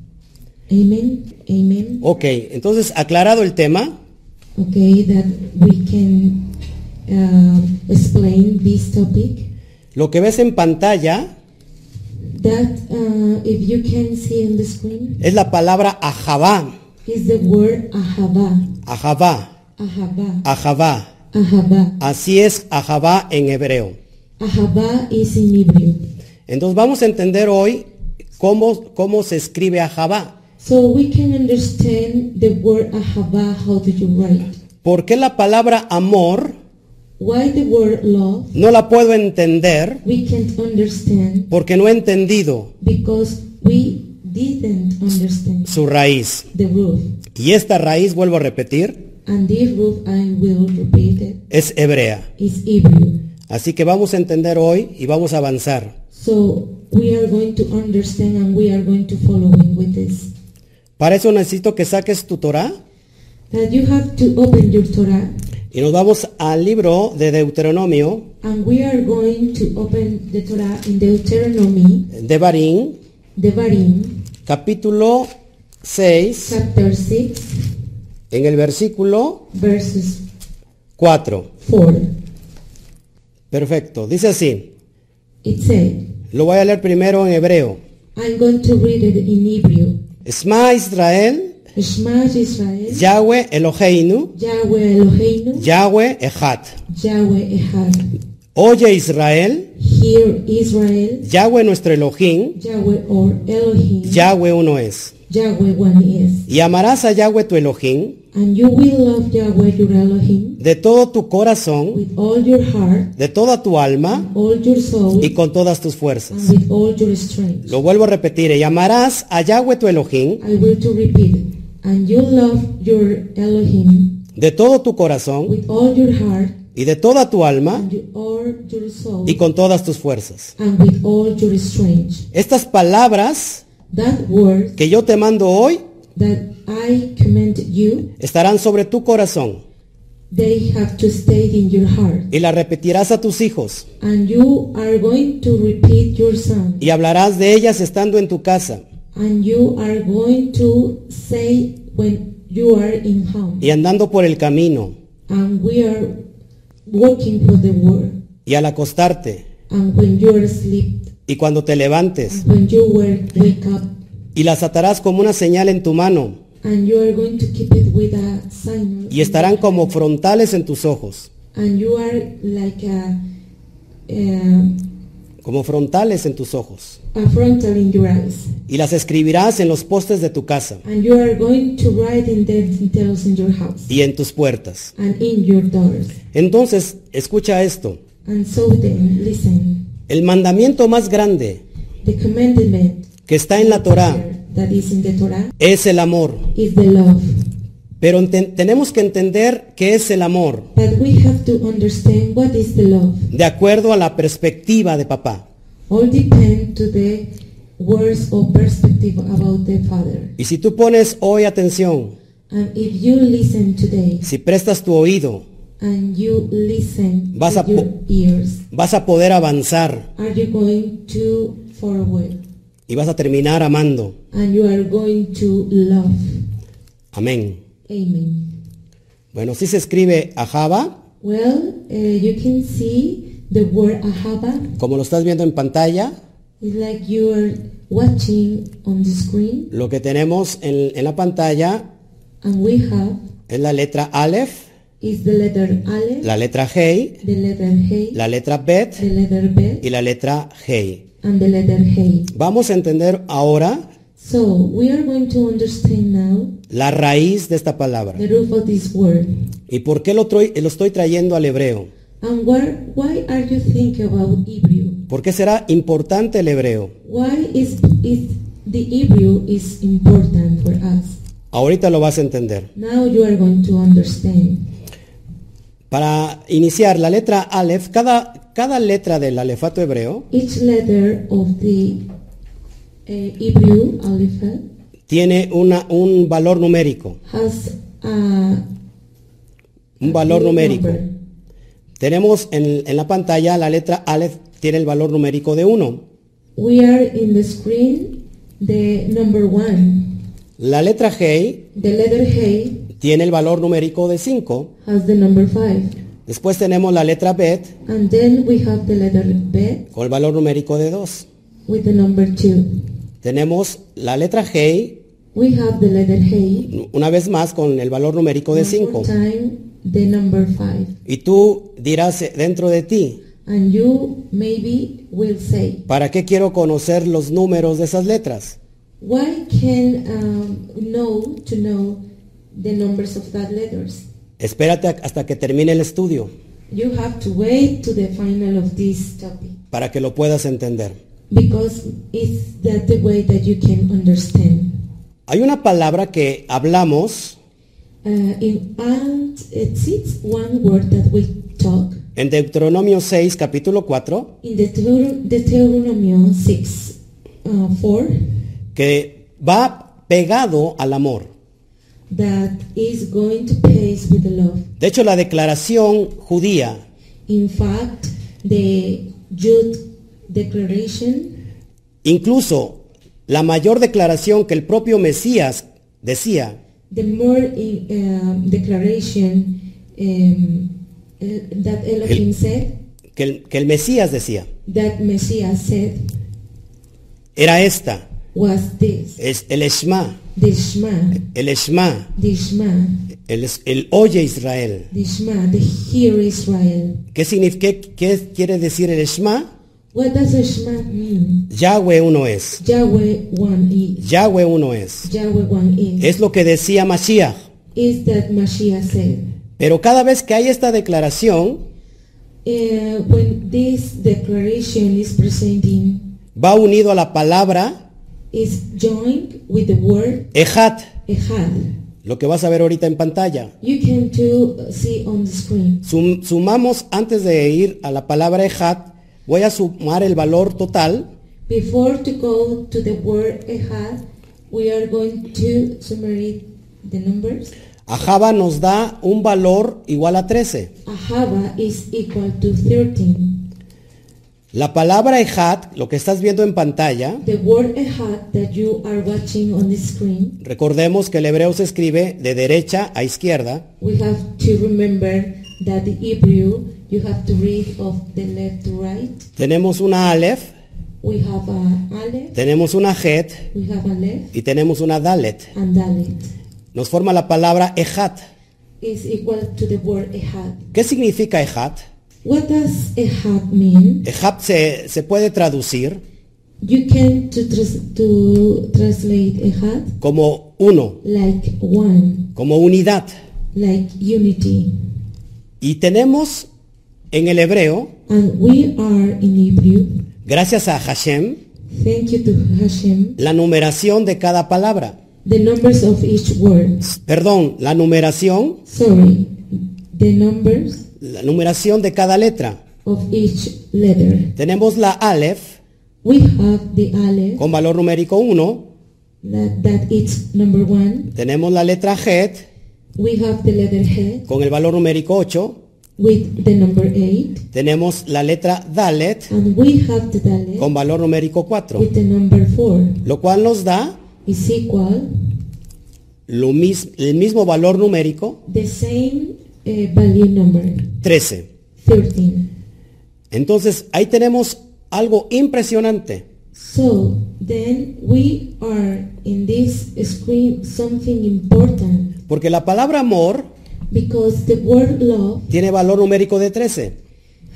[SPEAKER 2] Amen. Amen.
[SPEAKER 1] Ok, entonces aclarado el tema,
[SPEAKER 2] Okay, that we can uh, explain this topic.
[SPEAKER 1] lo que ves en pantalla
[SPEAKER 2] That uh, if you can see on the screen
[SPEAKER 1] es la palabra ajabá,
[SPEAKER 2] is the word ahava,
[SPEAKER 1] ajabá,
[SPEAKER 2] ahava,
[SPEAKER 1] ajabá.
[SPEAKER 2] ahava.
[SPEAKER 1] Así es ajabá en hebreo.
[SPEAKER 2] Ahava is in Hebrew.
[SPEAKER 1] Entonces vamos a entender hoy cómo, cómo se escribe ajabá.
[SPEAKER 2] So we can understand the word ahava. How do you write?
[SPEAKER 1] ¿Por qué la palabra amor
[SPEAKER 2] Why the word love?
[SPEAKER 1] no la puedo entender?
[SPEAKER 2] We can't understand
[SPEAKER 1] Porque no he entendido
[SPEAKER 2] because we didn't understand.
[SPEAKER 1] su raíz.
[SPEAKER 2] the roof.
[SPEAKER 1] Y esta raíz, vuelvo a repetir,
[SPEAKER 2] and this rule I will repeat it
[SPEAKER 1] es hebrea.
[SPEAKER 2] is Hebrew.
[SPEAKER 1] Así que vamos a entender hoy y vamos a avanzar.
[SPEAKER 2] So we are going to understand and we are going to follow in with this.
[SPEAKER 1] Para eso necesito que saques tu Torah
[SPEAKER 2] That you have to open your Torah
[SPEAKER 1] y nos vamos al libro de Deuteronomio,
[SPEAKER 2] and we are going to open the Torah in Deuteronomy,
[SPEAKER 1] de Barín,
[SPEAKER 2] Devarim,
[SPEAKER 1] capítulo 6,
[SPEAKER 2] chapter 6,
[SPEAKER 1] en el versículo
[SPEAKER 2] verses
[SPEAKER 1] 4.
[SPEAKER 2] 4.
[SPEAKER 1] Perfecto. Dice así.
[SPEAKER 2] It said,
[SPEAKER 1] Lo voy a leer primero en hebreo.
[SPEAKER 2] I'm going to read it in Hebrew.
[SPEAKER 1] Esma Israel,
[SPEAKER 2] Shema Israel,
[SPEAKER 1] Yahweh Eloheinu,
[SPEAKER 2] Yahweh Eloheinu,
[SPEAKER 1] Yahweh Echad.
[SPEAKER 2] Yahweh Ehad.
[SPEAKER 1] Oye Israel,
[SPEAKER 2] Hear Israel,
[SPEAKER 1] Yahweh nuestro Elohim,
[SPEAKER 2] Yahweh or Elohim,
[SPEAKER 1] Yahweh uno es.
[SPEAKER 2] Yahweh one is.
[SPEAKER 1] Y amarás a Yahweh tu Elohim
[SPEAKER 2] And you will love Yahweh your Elohim
[SPEAKER 1] de todo tu corazón,
[SPEAKER 2] with all your heart,
[SPEAKER 1] de toda tu alma
[SPEAKER 2] all your soul,
[SPEAKER 1] y con todas tus
[SPEAKER 2] and
[SPEAKER 1] fuerzas.
[SPEAKER 2] with all your strength.
[SPEAKER 1] Lo vuelvo a repetir. Y amarás a Yahweh tu Elohim
[SPEAKER 2] I will to repeat it. And you love your Elohim
[SPEAKER 1] de todo tu corazón
[SPEAKER 2] with all your heart,
[SPEAKER 1] y de toda tu alma
[SPEAKER 2] and you, all your soul,
[SPEAKER 1] y con todas tus fuerzas.
[SPEAKER 2] and with all your strength.
[SPEAKER 1] Estas palabras
[SPEAKER 2] That word
[SPEAKER 1] que yo te mando hoy
[SPEAKER 2] that I command you,
[SPEAKER 1] estarán sobre tu corazón
[SPEAKER 2] they have to stay in your heart.
[SPEAKER 1] y las repetirás a tus hijos
[SPEAKER 2] And you are going to repeat your son.
[SPEAKER 1] y hablarás de ellas estando en tu casa
[SPEAKER 2] And you are going to say when you are in home.
[SPEAKER 1] y andando por el camino
[SPEAKER 2] And we are working for the word.
[SPEAKER 1] y al acostarte
[SPEAKER 2] And when you are asleep,
[SPEAKER 1] y cuando te levantes
[SPEAKER 2] and when you wake, wake up,
[SPEAKER 1] y las atarás como una señal en tu mano
[SPEAKER 2] and you are going to keep it with a sign.
[SPEAKER 1] y estarán como frontales en tus ojos,
[SPEAKER 2] And you are like a, a,
[SPEAKER 1] como frontales en tus ojos
[SPEAKER 2] a frontal in your eyes.
[SPEAKER 1] y las escribirás en los postes de tu casa
[SPEAKER 2] And you are going to write in the details in your house
[SPEAKER 1] y en tus puertas.
[SPEAKER 2] and in your doors.
[SPEAKER 1] Entonces, escucha esto.
[SPEAKER 2] And so then, listen,
[SPEAKER 1] El mandamiento más grande
[SPEAKER 2] the commandment
[SPEAKER 1] que está Ah, en la Torá
[SPEAKER 2] that is in the Torah
[SPEAKER 1] es el amor.
[SPEAKER 2] is the love.
[SPEAKER 1] Pero enten- tenemos que entender qué es el amor
[SPEAKER 2] But we have to understand what is the love.
[SPEAKER 1] de acuerdo a la perspectiva de papá.
[SPEAKER 2] All depend to the words or perspective about the Father.
[SPEAKER 1] Y si tú pones hoy atención,
[SPEAKER 2] And if you listen today
[SPEAKER 1] si prestas tu oído,
[SPEAKER 2] and you listen
[SPEAKER 1] Vas a
[SPEAKER 2] with your
[SPEAKER 1] po-
[SPEAKER 2] ears,
[SPEAKER 1] vas a poder avanzar
[SPEAKER 2] are you going to forward?
[SPEAKER 1] y vas a terminar amando.
[SPEAKER 2] And you are going to love.
[SPEAKER 1] Amén.
[SPEAKER 2] Amen.
[SPEAKER 1] Bueno, si se escribe Ahava,
[SPEAKER 2] Well, uh, you can see the word ahava.
[SPEAKER 1] como lo estás viendo en pantalla,
[SPEAKER 2] It's like you are watching on the screen,
[SPEAKER 1] lo que tenemos en, en la pantalla
[SPEAKER 2] and we have
[SPEAKER 1] es la letra Aleph,
[SPEAKER 2] is the letter aleph,
[SPEAKER 1] la letra Hei,
[SPEAKER 2] the letter hey,
[SPEAKER 1] la letra Bet
[SPEAKER 2] the letter bet,
[SPEAKER 1] y la letra Hei.
[SPEAKER 2] and the letter hey.
[SPEAKER 1] Vamos a entender ahora
[SPEAKER 2] So we are going to understand now
[SPEAKER 1] la raíz de esta palabra.
[SPEAKER 2] the root of this word.
[SPEAKER 1] ¿Y por qué lo, troi- lo estoy trayendo al hebreo?
[SPEAKER 2] And where, why are you thinking about Hebrew?
[SPEAKER 1] ¿Por qué será importante el hebreo?
[SPEAKER 2] Why is is the Hebrew is important for us?
[SPEAKER 1] Ahorita lo vas a entender.
[SPEAKER 2] Now you are going to understand.
[SPEAKER 1] Para iniciar, la letra Aleph, cada, cada letra del alefato hebreo
[SPEAKER 2] Each letter of the uh, Hebrew alphabet
[SPEAKER 1] tiene una, un valor numérico.
[SPEAKER 2] has a
[SPEAKER 1] Un valor numérico.
[SPEAKER 2] number.
[SPEAKER 1] Tenemos en, en la pantalla la letra Aleph tiene el valor numérico de 1.
[SPEAKER 2] We are in the screen the number one.
[SPEAKER 1] La letra Hei
[SPEAKER 2] The letter Hey
[SPEAKER 1] tiene el valor numérico de 5.
[SPEAKER 2] has the number five.
[SPEAKER 1] Después tenemos la letra Bet
[SPEAKER 2] And then we have the letter B
[SPEAKER 1] con el valor numérico de 2.
[SPEAKER 2] with the number two.
[SPEAKER 1] Tenemos la letra Hei,
[SPEAKER 2] We have the letter Hey
[SPEAKER 1] una vez más, con el valor numérico de 5.
[SPEAKER 2] one more time the number five.
[SPEAKER 1] Y tú dirás eh, dentro de ti,
[SPEAKER 2] And you maybe will say,
[SPEAKER 1] ¿para qué quiero conocer los números de esas letras?
[SPEAKER 2] why can um, know to know the numbers of that letters?
[SPEAKER 1] Espérate a- hasta que termine el estudio
[SPEAKER 2] You have to wait to the final of this topic.
[SPEAKER 1] para que lo puedas entender.
[SPEAKER 2] Because it's that the way that you can understand.
[SPEAKER 1] Hay una palabra que hablamos
[SPEAKER 2] Uh, in and it sits one word that we talk
[SPEAKER 1] En Deuteronomio 6, capítulo 4,
[SPEAKER 2] in the Deuter- Deuteronomy 6, uh, 4,
[SPEAKER 1] que va pegado al amor.
[SPEAKER 2] that is going to pace with the love.
[SPEAKER 1] De hecho, la declaración judía
[SPEAKER 2] In fact, the Jude Declaration,
[SPEAKER 1] Incluso la mayor declaración que el propio Mesías decía
[SPEAKER 2] the more in, um, declaration um, uh, that Elohim said,
[SPEAKER 1] que el, que el Mesías decía,
[SPEAKER 2] that Messiah said,
[SPEAKER 1] era esta,
[SPEAKER 2] was this,
[SPEAKER 1] es el Eshma,
[SPEAKER 2] the Shema,
[SPEAKER 1] el Eshma,
[SPEAKER 2] the Shema,
[SPEAKER 1] el, es- el Oye Israel.
[SPEAKER 2] the Shema, the Hear Israel.
[SPEAKER 1] ¿Qué, significa, qué, qué quiere decir el Eshma?
[SPEAKER 2] What does the Shema mean?
[SPEAKER 1] Yahweh uno es,
[SPEAKER 2] Yahweh one is.
[SPEAKER 1] Yahweh uno es.
[SPEAKER 2] Yahweh one is.
[SPEAKER 1] Es lo que decía Mashiach.
[SPEAKER 2] Is that Mashiach said?
[SPEAKER 1] Pero cada vez que hay esta declaración,
[SPEAKER 2] Uh, when this declaration is presenting,
[SPEAKER 1] va unido a la palabra
[SPEAKER 2] is joined with the word
[SPEAKER 1] Ejat,
[SPEAKER 2] Echad.
[SPEAKER 1] lo que vas a ver ahorita en pantalla.
[SPEAKER 2] You can too see on the screen.
[SPEAKER 1] Sum- sumamos antes de ir a la palabra Ejat, voy a sumar el valor total
[SPEAKER 2] Before to go to the word Echad, we are going to summarize the numbers.
[SPEAKER 1] Ajaba nos da un valor igual a 13.
[SPEAKER 2] Ahava is equal to 13.
[SPEAKER 1] La palabra Ejat, lo que estás viendo en pantalla,
[SPEAKER 2] The word Echad that you are watching on the screen
[SPEAKER 1] recordemos que el hebreo se escribe de derecha a izquierda,
[SPEAKER 2] We have to remember that the Hebrew you have to read of the left to right.
[SPEAKER 1] tenemos una Aleph,
[SPEAKER 2] We have a Aleph,
[SPEAKER 1] tenemos una Het
[SPEAKER 2] we have a left
[SPEAKER 1] y tenemos una Dalet.
[SPEAKER 2] and Dalet.
[SPEAKER 1] Nos forma la palabra Ejat.
[SPEAKER 2] Is equal to the word Ehad.
[SPEAKER 1] ¿Qué significa Ejat?
[SPEAKER 2] What does Ehad mean?
[SPEAKER 1] Ejat se, se puede traducir
[SPEAKER 2] You can to, tras- to translate Ehad
[SPEAKER 1] como uno,
[SPEAKER 2] like one,
[SPEAKER 1] como unidad.
[SPEAKER 2] like unity.
[SPEAKER 1] Y tenemos en el hebreo,
[SPEAKER 2] And we are in Hebrew.
[SPEAKER 1] gracias a Hashem,
[SPEAKER 2] Thank you to Hashem.
[SPEAKER 1] la numeración de cada palabra.
[SPEAKER 2] The numbers of each word.
[SPEAKER 1] Perdón, la numeración,
[SPEAKER 2] Sorry, the numbers
[SPEAKER 1] la numeración de cada letra.
[SPEAKER 2] of each letter.
[SPEAKER 1] Tenemos la Aleph
[SPEAKER 2] We have the Aleph,
[SPEAKER 1] con valor numérico 1,
[SPEAKER 2] that, that it's number one.
[SPEAKER 1] tenemos la letra Het
[SPEAKER 2] We have the letter He
[SPEAKER 1] con el valor numérico 8,
[SPEAKER 2] with the number eight.
[SPEAKER 1] tenemos la letra Dalet
[SPEAKER 2] And we have the Dalet
[SPEAKER 1] con valor numérico 4,
[SPEAKER 2] with the number four.
[SPEAKER 1] lo cual nos da
[SPEAKER 2] Is equal
[SPEAKER 1] lo mis- el mismo valor numérico
[SPEAKER 2] the same eh, value number,
[SPEAKER 1] 13.
[SPEAKER 2] 13.
[SPEAKER 1] Entonces ahí tenemos algo impresionante.
[SPEAKER 2] So then we are in this screen something important
[SPEAKER 1] Porque la palabra amor
[SPEAKER 2] because the word love
[SPEAKER 1] tiene valor numérico de 13.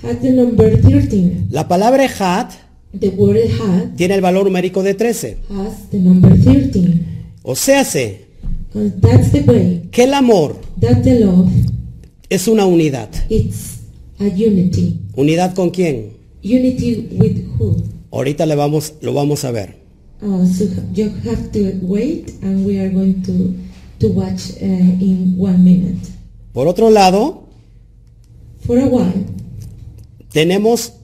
[SPEAKER 2] has the number 13.
[SPEAKER 1] La palabra hat
[SPEAKER 2] The word had
[SPEAKER 1] tiene el valor numérico de 13.
[SPEAKER 2] has the number 13.
[SPEAKER 1] O sea, sé
[SPEAKER 2] Uh, that's the way
[SPEAKER 1] que el amor
[SPEAKER 2] that the love
[SPEAKER 1] es una unidad.
[SPEAKER 2] it's a unity
[SPEAKER 1] ¿Unidad con quién?
[SPEAKER 2] unity with who
[SPEAKER 1] Ahorita le vamos, lo vamos a ver.
[SPEAKER 2] uh, so you have to wait and we are going to to watch uh, in one minute
[SPEAKER 1] Por otro lado,
[SPEAKER 2] for a while
[SPEAKER 1] tenemos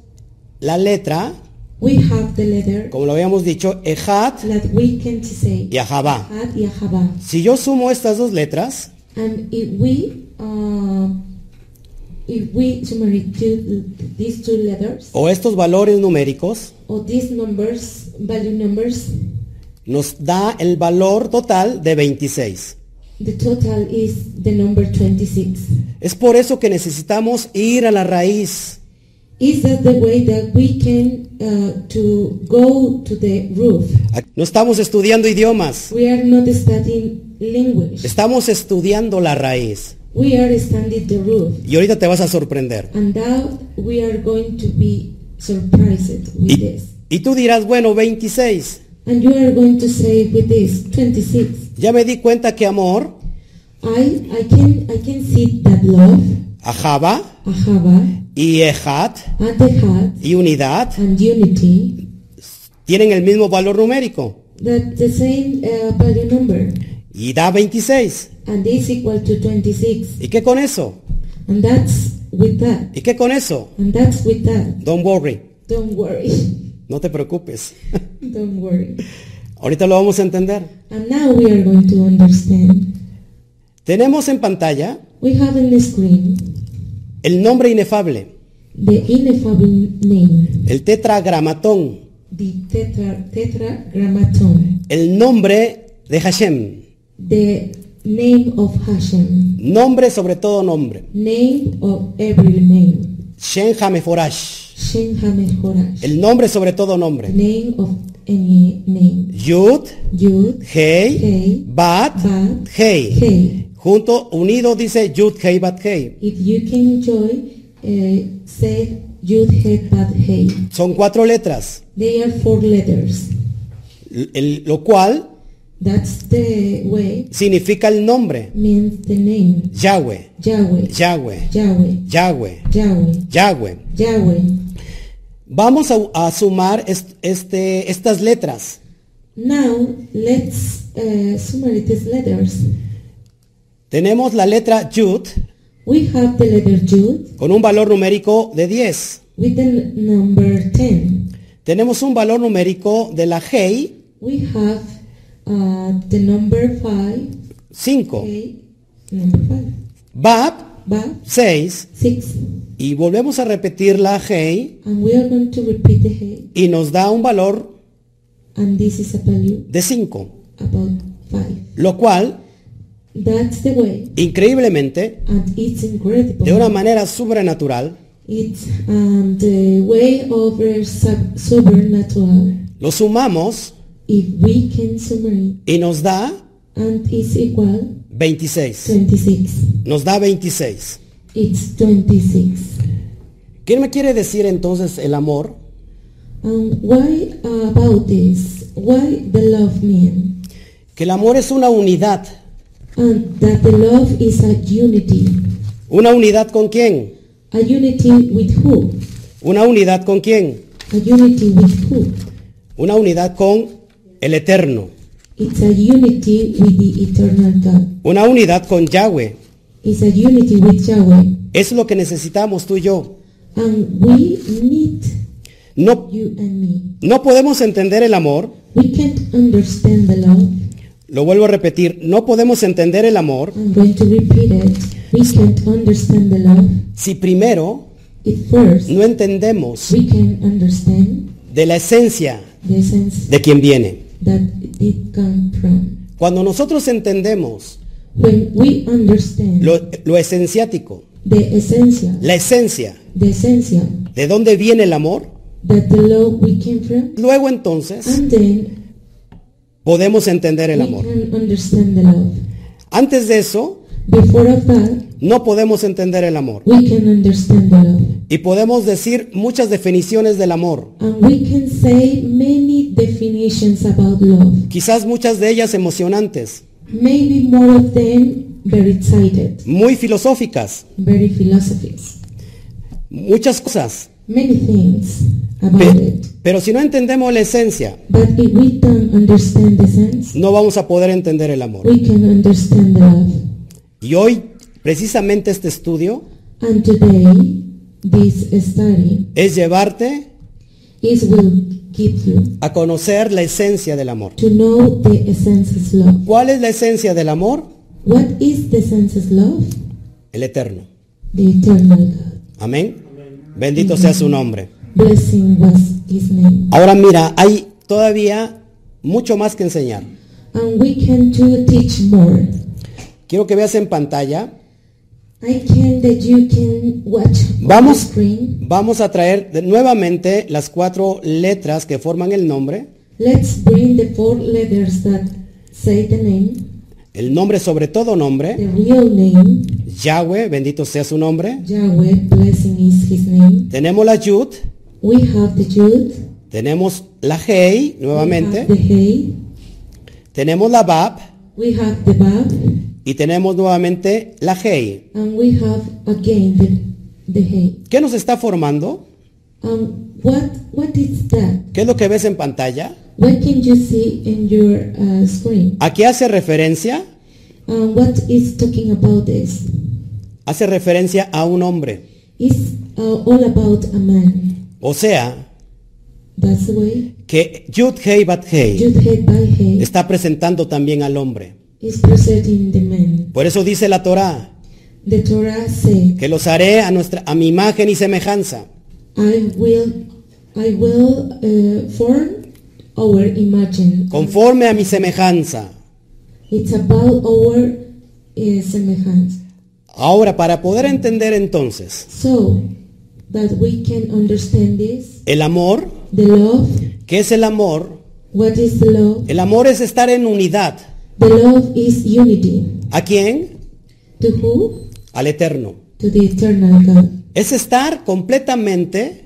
[SPEAKER 1] la letra,
[SPEAKER 2] we have the letter
[SPEAKER 1] como lo habíamos dicho, Ejat
[SPEAKER 2] that we can say
[SPEAKER 1] y Ajabá.
[SPEAKER 2] had yahaba
[SPEAKER 1] Si yo sumo estas dos letras,
[SPEAKER 2] and if we uh, if we summarize two, these two letters
[SPEAKER 1] o estos valores numéricos,
[SPEAKER 2] or these numbers value numbers
[SPEAKER 1] nos da el valor total de 26.
[SPEAKER 2] the total is the number 26
[SPEAKER 1] Es por eso que necesitamos ir a la raíz.
[SPEAKER 2] Is that the way that we can uh, to go to the roof?
[SPEAKER 1] No estamos estudiando idiomas,
[SPEAKER 2] We are not studying language.
[SPEAKER 1] estamos estudiando la raíz.
[SPEAKER 2] We are studying the roof,
[SPEAKER 1] Y ahorita te vas a sorprender.
[SPEAKER 2] and now we are going to be surprised with
[SPEAKER 1] Y,
[SPEAKER 2] this.
[SPEAKER 1] y tú dirás, bueno, 26.
[SPEAKER 2] And you are going to say with this 26.
[SPEAKER 1] Ya me di cuenta que amor,
[SPEAKER 2] I I can I can see that love,
[SPEAKER 1] ajaba
[SPEAKER 2] ahava,
[SPEAKER 1] y ejat
[SPEAKER 2] and the heart
[SPEAKER 1] y unidad
[SPEAKER 2] and unity
[SPEAKER 1] tienen el mismo valor numérico
[SPEAKER 2] that the same uh, value number
[SPEAKER 1] y da 26.
[SPEAKER 2] and is equal to 26.
[SPEAKER 1] ¿Y qué con eso?
[SPEAKER 2] And that's with that.
[SPEAKER 1] ¿Y qué con eso?
[SPEAKER 2] And that's with that.
[SPEAKER 1] Don't worry,
[SPEAKER 2] Don't worry.
[SPEAKER 1] no te preocupes.
[SPEAKER 2] Don't worry.
[SPEAKER 1] Ahorita lo vamos a entender.
[SPEAKER 2] And now we are going to understand.
[SPEAKER 1] Tenemos en pantalla
[SPEAKER 2] We have on the screen
[SPEAKER 1] el nombre inefable,
[SPEAKER 2] the ineffable name,
[SPEAKER 1] el tetragramatón,
[SPEAKER 2] the tetra, tetragrammaton,
[SPEAKER 1] el nombre de Hashem,
[SPEAKER 2] the name of Hashem,
[SPEAKER 1] nombre sobre todo nombre,
[SPEAKER 2] name of every name,
[SPEAKER 1] Shen Hameforash,
[SPEAKER 2] Shem Hamehorash,
[SPEAKER 1] el nombre sobre todo nombre,
[SPEAKER 2] name of any name,
[SPEAKER 1] Yud,
[SPEAKER 2] Yud,
[SPEAKER 1] Hei,
[SPEAKER 2] Hey,
[SPEAKER 1] Bat,
[SPEAKER 2] Bat,
[SPEAKER 1] Hei.
[SPEAKER 2] Hey.
[SPEAKER 1] Junto, unido dice Yud, Hei, Bat, Hei.
[SPEAKER 2] If you can enjoy, uh, say Yud He Pat Hey.
[SPEAKER 1] Son cuatro letras,
[SPEAKER 2] They are four letters.
[SPEAKER 1] l- el- lo cual
[SPEAKER 2] That's the way
[SPEAKER 1] significa el nombre.
[SPEAKER 2] means the name
[SPEAKER 1] Yahweh,
[SPEAKER 2] Yahweh,
[SPEAKER 1] Yahweh,
[SPEAKER 2] Yahweh,
[SPEAKER 1] Yahweh,
[SPEAKER 2] Yahweh,
[SPEAKER 1] Yahweh.
[SPEAKER 2] Yahweh.
[SPEAKER 1] Vamos a, a sumar est- este, estas letras.
[SPEAKER 2] Now let's uh, summarize these letters.
[SPEAKER 1] Tenemos la letra Yud
[SPEAKER 2] We have the letter Yud
[SPEAKER 1] con un valor numérico de 10.
[SPEAKER 2] with the n- number ten.
[SPEAKER 1] Tenemos un valor numérico de la Hei,
[SPEAKER 2] We have uh, the number five.
[SPEAKER 1] 5.
[SPEAKER 2] Hey, number five.
[SPEAKER 1] Bab,
[SPEAKER 2] Ba
[SPEAKER 1] 6.
[SPEAKER 2] six.
[SPEAKER 1] Y volvemos a repetir la Hei
[SPEAKER 2] And we are going to repeat the Hey.
[SPEAKER 1] y nos da un valor
[SPEAKER 2] and this is a value
[SPEAKER 1] de 5.
[SPEAKER 2] about 5.
[SPEAKER 1] Lo cual,
[SPEAKER 2] That's the way,
[SPEAKER 1] increíblemente,
[SPEAKER 2] and it's incredible.
[SPEAKER 1] de una manera sobrenatural,
[SPEAKER 2] It's um, the way over sub- supernatural.
[SPEAKER 1] lo sumamos
[SPEAKER 2] If we can summarize,
[SPEAKER 1] y nos da
[SPEAKER 2] and it's equal
[SPEAKER 1] 26.
[SPEAKER 2] 26.
[SPEAKER 1] Nos da 26.
[SPEAKER 2] It's 26.
[SPEAKER 1] ¿Qué me quiere decir entonces el amor?
[SPEAKER 2] And why about this? Why the love mean?
[SPEAKER 1] Que el amor es una unidad.
[SPEAKER 2] And that the love is a unity.
[SPEAKER 1] ¿Una unidad con quién?
[SPEAKER 2] A unity with who?
[SPEAKER 1] ¿Una unidad con quién?
[SPEAKER 2] A unity with who?
[SPEAKER 1] Una unidad con el Eterno.
[SPEAKER 2] It's a unity with the eternal God.
[SPEAKER 1] Una unidad con Yahweh.
[SPEAKER 2] It's a unity with Yahweh.
[SPEAKER 1] Es lo que necesitamos tú y yo.
[SPEAKER 2] And we need
[SPEAKER 1] No,
[SPEAKER 2] you and me.
[SPEAKER 1] no podemos entender el amor.
[SPEAKER 2] We can't understand the love.
[SPEAKER 1] Lo vuelvo a repetir. No podemos entender el amor
[SPEAKER 2] I'm going to repeat it. We can't understand the love.
[SPEAKER 1] si primero
[SPEAKER 2] If first
[SPEAKER 1] no entendemos
[SPEAKER 2] we can understand
[SPEAKER 1] de la esencia
[SPEAKER 2] the essence
[SPEAKER 1] de quien viene.
[SPEAKER 2] that it come from.
[SPEAKER 1] Cuando nosotros entendemos
[SPEAKER 2] When we understand
[SPEAKER 1] lo, lo esenciático,
[SPEAKER 2] the essential,
[SPEAKER 1] la esencia,
[SPEAKER 2] the essential
[SPEAKER 1] de dónde viene el amor,
[SPEAKER 2] that the love we came from,
[SPEAKER 1] luego entonces
[SPEAKER 2] and then
[SPEAKER 1] podemos entender el
[SPEAKER 2] we
[SPEAKER 1] amor.
[SPEAKER 2] can understand the love.
[SPEAKER 1] Antes de eso,
[SPEAKER 2] Before of that,
[SPEAKER 1] no podemos entender el amor.
[SPEAKER 2] we can understand the love.
[SPEAKER 1] Y podemos decir muchas definiciones del amor,
[SPEAKER 2] And we can say many definitions about love.
[SPEAKER 1] quizás muchas de ellas emocionantes,
[SPEAKER 2] Maybe more of them very excited,
[SPEAKER 1] muy filosóficas,
[SPEAKER 2] very philosophies.
[SPEAKER 1] muchas cosas.
[SPEAKER 2] Many things about
[SPEAKER 1] Pe-
[SPEAKER 2] it.
[SPEAKER 1] pero si no entendemos la esencia,
[SPEAKER 2] But if we don't understand the sense,
[SPEAKER 1] no vamos a poder entender el amor.
[SPEAKER 2] we can understand the love.
[SPEAKER 1] Y hoy, precisamente este estudio,
[SPEAKER 2] And today, this study
[SPEAKER 1] es llevarte
[SPEAKER 2] is will give you
[SPEAKER 1] a conocer la esencia del amor.
[SPEAKER 2] to know the essence of love.
[SPEAKER 1] ¿Cuál es la esencia del amor?
[SPEAKER 2] What is the sense of love?
[SPEAKER 1] El eterno.
[SPEAKER 2] The eternal God.
[SPEAKER 1] Amén. Bendito sea su nombre.
[SPEAKER 2] Blessing was his name.
[SPEAKER 1] Ahora mira, hay todavía mucho más que enseñar.
[SPEAKER 2] And we can do teach more.
[SPEAKER 1] Quiero que veas en pantalla.
[SPEAKER 2] I can that you can watch on
[SPEAKER 1] Vamos.
[SPEAKER 2] the screen.
[SPEAKER 1] Vamos a traer de- nuevamente las cuatro letras que forman el nombre.
[SPEAKER 2] Let's bring the four letters that say the name,
[SPEAKER 1] El nombre sobre todo nombre.
[SPEAKER 2] the real name,
[SPEAKER 1] Yahweh, bendito sea su nombre.
[SPEAKER 2] Yahweh, blessing is his name.
[SPEAKER 1] Tenemos la Yud.
[SPEAKER 2] We have the Yud,
[SPEAKER 1] Tenemos la Hei
[SPEAKER 2] we have the
[SPEAKER 1] nuevamente.
[SPEAKER 2] Hey,
[SPEAKER 1] Tenemos la Bab.
[SPEAKER 2] we have the Bab,
[SPEAKER 1] Y tenemos nuevamente la Hei.
[SPEAKER 2] and we have again the, the Hey.
[SPEAKER 1] ¿Qué nos está formando?
[SPEAKER 2] Um, what what is that?
[SPEAKER 1] ¿Qué es lo que ves en pantalla?
[SPEAKER 2] What can you see in your uh, screen?
[SPEAKER 1] ¿A qué hace referencia?
[SPEAKER 2] Uh, what is talking about this?
[SPEAKER 1] Hace referencia a un hombre.
[SPEAKER 2] It's uh, all about a man.
[SPEAKER 1] O sea,
[SPEAKER 2] That's the way.
[SPEAKER 1] que Yud Hei Bat Hei
[SPEAKER 2] Jude head by head
[SPEAKER 1] está presentando también al hombre.
[SPEAKER 2] is presenting the man.
[SPEAKER 1] Por eso dice la Torá
[SPEAKER 2] The Torah said,
[SPEAKER 1] que los haré a nuestra a mi imagen y semejanza.
[SPEAKER 2] "I will, I will uh, form our imagine."
[SPEAKER 1] Conforme a mi semejanza.
[SPEAKER 2] It's about our uh, semblance.
[SPEAKER 1] Ahora, para poder entender entonces
[SPEAKER 2] So that we can understand this,
[SPEAKER 1] el amor,
[SPEAKER 2] the love.
[SPEAKER 1] ¿qué es el amor?
[SPEAKER 2] What is the love?
[SPEAKER 1] El amor es estar en unidad.
[SPEAKER 2] The love is unity.
[SPEAKER 1] ¿A quién?
[SPEAKER 2] To who?
[SPEAKER 1] Al Eterno.
[SPEAKER 2] To the eternal God.
[SPEAKER 1] Es estar completamente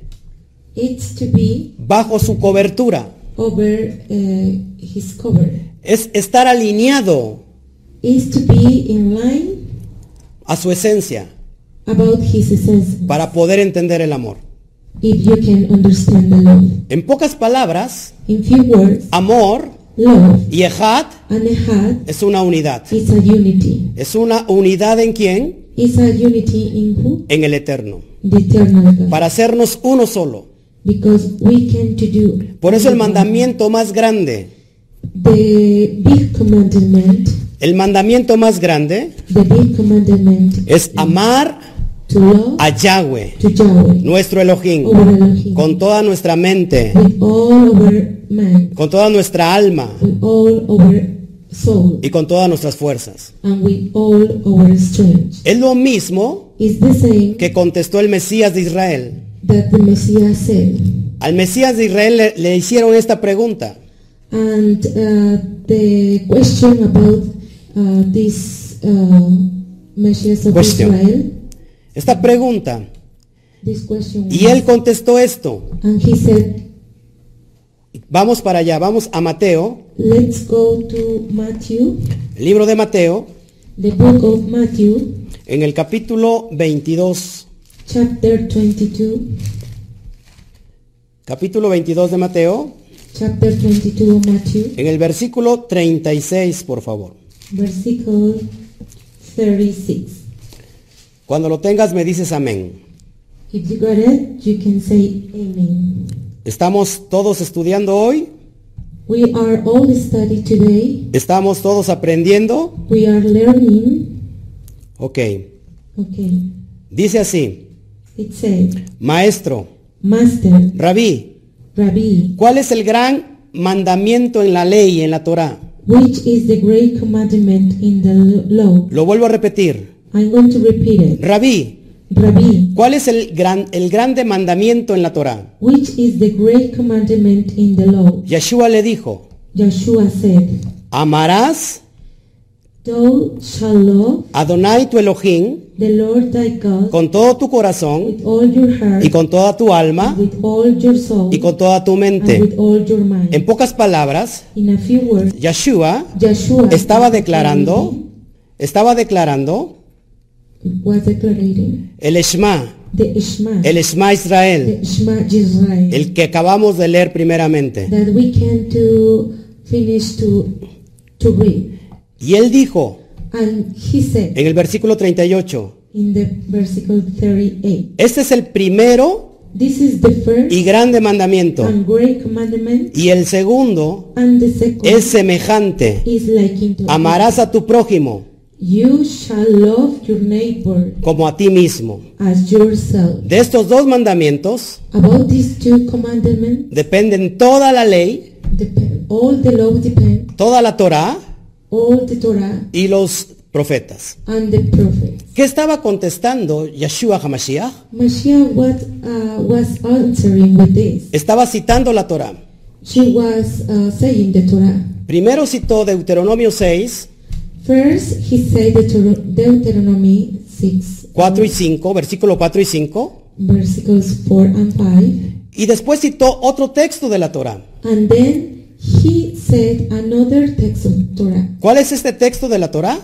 [SPEAKER 2] It's to be
[SPEAKER 1] bajo su cobertura.
[SPEAKER 2] over uh, his cover.
[SPEAKER 1] Es estar alineado
[SPEAKER 2] Is to be in line
[SPEAKER 1] a su esencia
[SPEAKER 2] about his essence.
[SPEAKER 1] para poder entender el amor.
[SPEAKER 2] If you can understand the love.
[SPEAKER 1] En pocas palabras,
[SPEAKER 2] In few words,
[SPEAKER 1] amor
[SPEAKER 2] love
[SPEAKER 1] y Ejad
[SPEAKER 2] and Ehad
[SPEAKER 1] es una unidad.
[SPEAKER 2] is a unity.
[SPEAKER 1] Es una unidad en quién?
[SPEAKER 2] It's a unity in who?
[SPEAKER 1] En el Eterno.
[SPEAKER 2] The eternal God.
[SPEAKER 1] Para hacernos uno solo.
[SPEAKER 2] Because we can to do.
[SPEAKER 1] Por eso el mandamiento más grande,
[SPEAKER 2] The big commandment,
[SPEAKER 1] el mandamiento más grande
[SPEAKER 2] the big commandment
[SPEAKER 1] es amar
[SPEAKER 2] to love
[SPEAKER 1] a Yahweh,
[SPEAKER 2] to Yahweh,
[SPEAKER 1] nuestro Elohim,
[SPEAKER 2] over Elohim,
[SPEAKER 1] con toda nuestra mente,
[SPEAKER 2] with all our mind,
[SPEAKER 1] con toda nuestra alma
[SPEAKER 2] with all our soul,
[SPEAKER 1] y con todas nuestras fuerzas.
[SPEAKER 2] and with all our strength.
[SPEAKER 1] Es lo mismo
[SPEAKER 2] It's the same
[SPEAKER 1] que contestó el Mesías de Israel.
[SPEAKER 2] that the Messiah said.
[SPEAKER 1] Al Mesías de Israel le, le hicieron esta pregunta.
[SPEAKER 2] And uh, the question about uh, this uh, Messiah of
[SPEAKER 1] Question.
[SPEAKER 2] Israel,
[SPEAKER 1] Esta pregunta.
[SPEAKER 2] this question,
[SPEAKER 1] Y él contestó esto.
[SPEAKER 2] and he said,
[SPEAKER 1] Vamos para allá, vamos a Mateo,
[SPEAKER 2] let's go to Matthew
[SPEAKER 1] el libro de Mateo,
[SPEAKER 2] The book of Matthew,
[SPEAKER 1] en el capítulo 22.
[SPEAKER 2] chapter 22,
[SPEAKER 1] Capítulo 22 de Mateo,
[SPEAKER 2] chapter 22 of Matthew,
[SPEAKER 1] en el versículo 36, por favor.
[SPEAKER 2] versicle 36.
[SPEAKER 1] Cuando lo tengas me dices amén.
[SPEAKER 2] If you got it, you can say amen.
[SPEAKER 1] Estamos todos estudiando hoy,
[SPEAKER 2] We are all study today.
[SPEAKER 1] estamos todos aprendiendo.
[SPEAKER 2] We are learning.
[SPEAKER 1] Ok,
[SPEAKER 2] Okay.
[SPEAKER 1] dice así,
[SPEAKER 2] It said,
[SPEAKER 1] maestro,
[SPEAKER 2] Master,
[SPEAKER 1] rabí,
[SPEAKER 2] Rabbi,
[SPEAKER 1] ¿cuál es el gran mandamiento en la ley, en la Torah?
[SPEAKER 2] which is the great commandment in the lo- law?
[SPEAKER 1] Lo vuelvo a repetir,
[SPEAKER 2] I'm going to repeat it.
[SPEAKER 1] rabí,
[SPEAKER 2] Rabbi,
[SPEAKER 1] ¿cuál es el, gran, el grande mandamiento en la Torah?
[SPEAKER 2] which is the great commandment in the law?
[SPEAKER 1] Yeshua le dijo,
[SPEAKER 2] Joshua said,
[SPEAKER 1] amarás
[SPEAKER 2] Thou shalt love
[SPEAKER 1] a Adonai tu Elohim
[SPEAKER 2] The Lord thy God
[SPEAKER 1] con todo tu corazón
[SPEAKER 2] with all your heart,
[SPEAKER 1] y con toda tu alma
[SPEAKER 2] with all your soul,
[SPEAKER 1] y con toda tu
[SPEAKER 2] and
[SPEAKER 1] mente.
[SPEAKER 2] with all your mind.
[SPEAKER 1] En pocas palabras,
[SPEAKER 2] In a few words,
[SPEAKER 1] Yeshua
[SPEAKER 2] Joshua
[SPEAKER 1] estaba declarando, estaba declarando
[SPEAKER 2] was declaring
[SPEAKER 1] el Shema,
[SPEAKER 2] the Ishma,
[SPEAKER 1] el Shema Israel,
[SPEAKER 2] the Ishma Israel,
[SPEAKER 1] el que acabamos de leer primeramente.
[SPEAKER 2] that we can to finish to to read.
[SPEAKER 1] Y él dijo
[SPEAKER 2] And he said
[SPEAKER 1] en el versículo 38,
[SPEAKER 2] in the versicle 38,
[SPEAKER 1] este es el primero
[SPEAKER 2] this is the first
[SPEAKER 1] y grande mandamiento.
[SPEAKER 2] and great commandment,
[SPEAKER 1] Y el segundo
[SPEAKER 2] and the second
[SPEAKER 1] es semejante.
[SPEAKER 2] is like unto
[SPEAKER 1] Amarás a tu prójimo
[SPEAKER 2] you shall love your neighbor
[SPEAKER 1] como a ti mismo.
[SPEAKER 2] as yourself.
[SPEAKER 1] De estos dos mandamientos
[SPEAKER 2] About these two commandments,
[SPEAKER 1] dependen toda la ley,
[SPEAKER 2] depend, all the law depend,
[SPEAKER 1] toda la Torá
[SPEAKER 2] all the Torah
[SPEAKER 1] y los profetas.
[SPEAKER 2] and the prophets.
[SPEAKER 1] ¿Qué estaba contestando Yeshua HaMashiach?
[SPEAKER 2] Mashiach what, uh, was answering with this.
[SPEAKER 1] Estaba citando la Torá.
[SPEAKER 2] She was uh, saying the Torah.
[SPEAKER 1] Primero citó Deuteronomio 6,
[SPEAKER 2] First, he said the Tor- Deuteronomy 6,
[SPEAKER 1] 4 y 5, versículo 4 y 5,
[SPEAKER 2] verses 4 and 5.
[SPEAKER 1] y después citó otro texto de la Torá.
[SPEAKER 2] And then he said another text of Torah.
[SPEAKER 1] ¿Cuál es este texto de la Torá?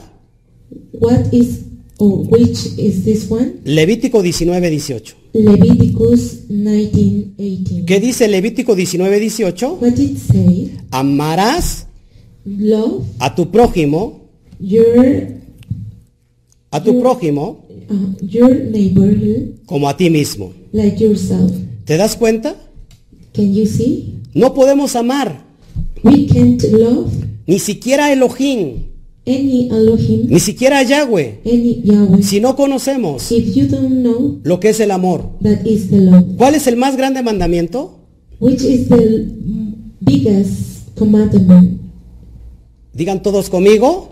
[SPEAKER 2] What is, or which is this one?
[SPEAKER 1] Levítico 19, 18.
[SPEAKER 2] Leviticus 19, 18.
[SPEAKER 1] ¿Qué dice Levítico 19, 18?
[SPEAKER 2] What it says?
[SPEAKER 1] Amarás
[SPEAKER 2] Love
[SPEAKER 1] a tu prójimo
[SPEAKER 2] your
[SPEAKER 1] a tu prójimo
[SPEAKER 2] uh, your neighborhood
[SPEAKER 1] como a ti mismo.
[SPEAKER 2] like yourself.
[SPEAKER 1] ¿Te das cuenta?
[SPEAKER 2] Can you see?
[SPEAKER 1] No podemos amar
[SPEAKER 2] We can't love
[SPEAKER 1] ni siquiera a Elohim,
[SPEAKER 2] any Elohim,
[SPEAKER 1] ni siquiera a Yahweh,
[SPEAKER 2] any Yahweh,
[SPEAKER 1] si no conocemos
[SPEAKER 2] if you don't know
[SPEAKER 1] lo que es el amor.
[SPEAKER 2] that is the love.
[SPEAKER 1] ¿Cuál es el más grande mandamiento?
[SPEAKER 2] Which is the biggest commandment?
[SPEAKER 1] Digan todos conmigo,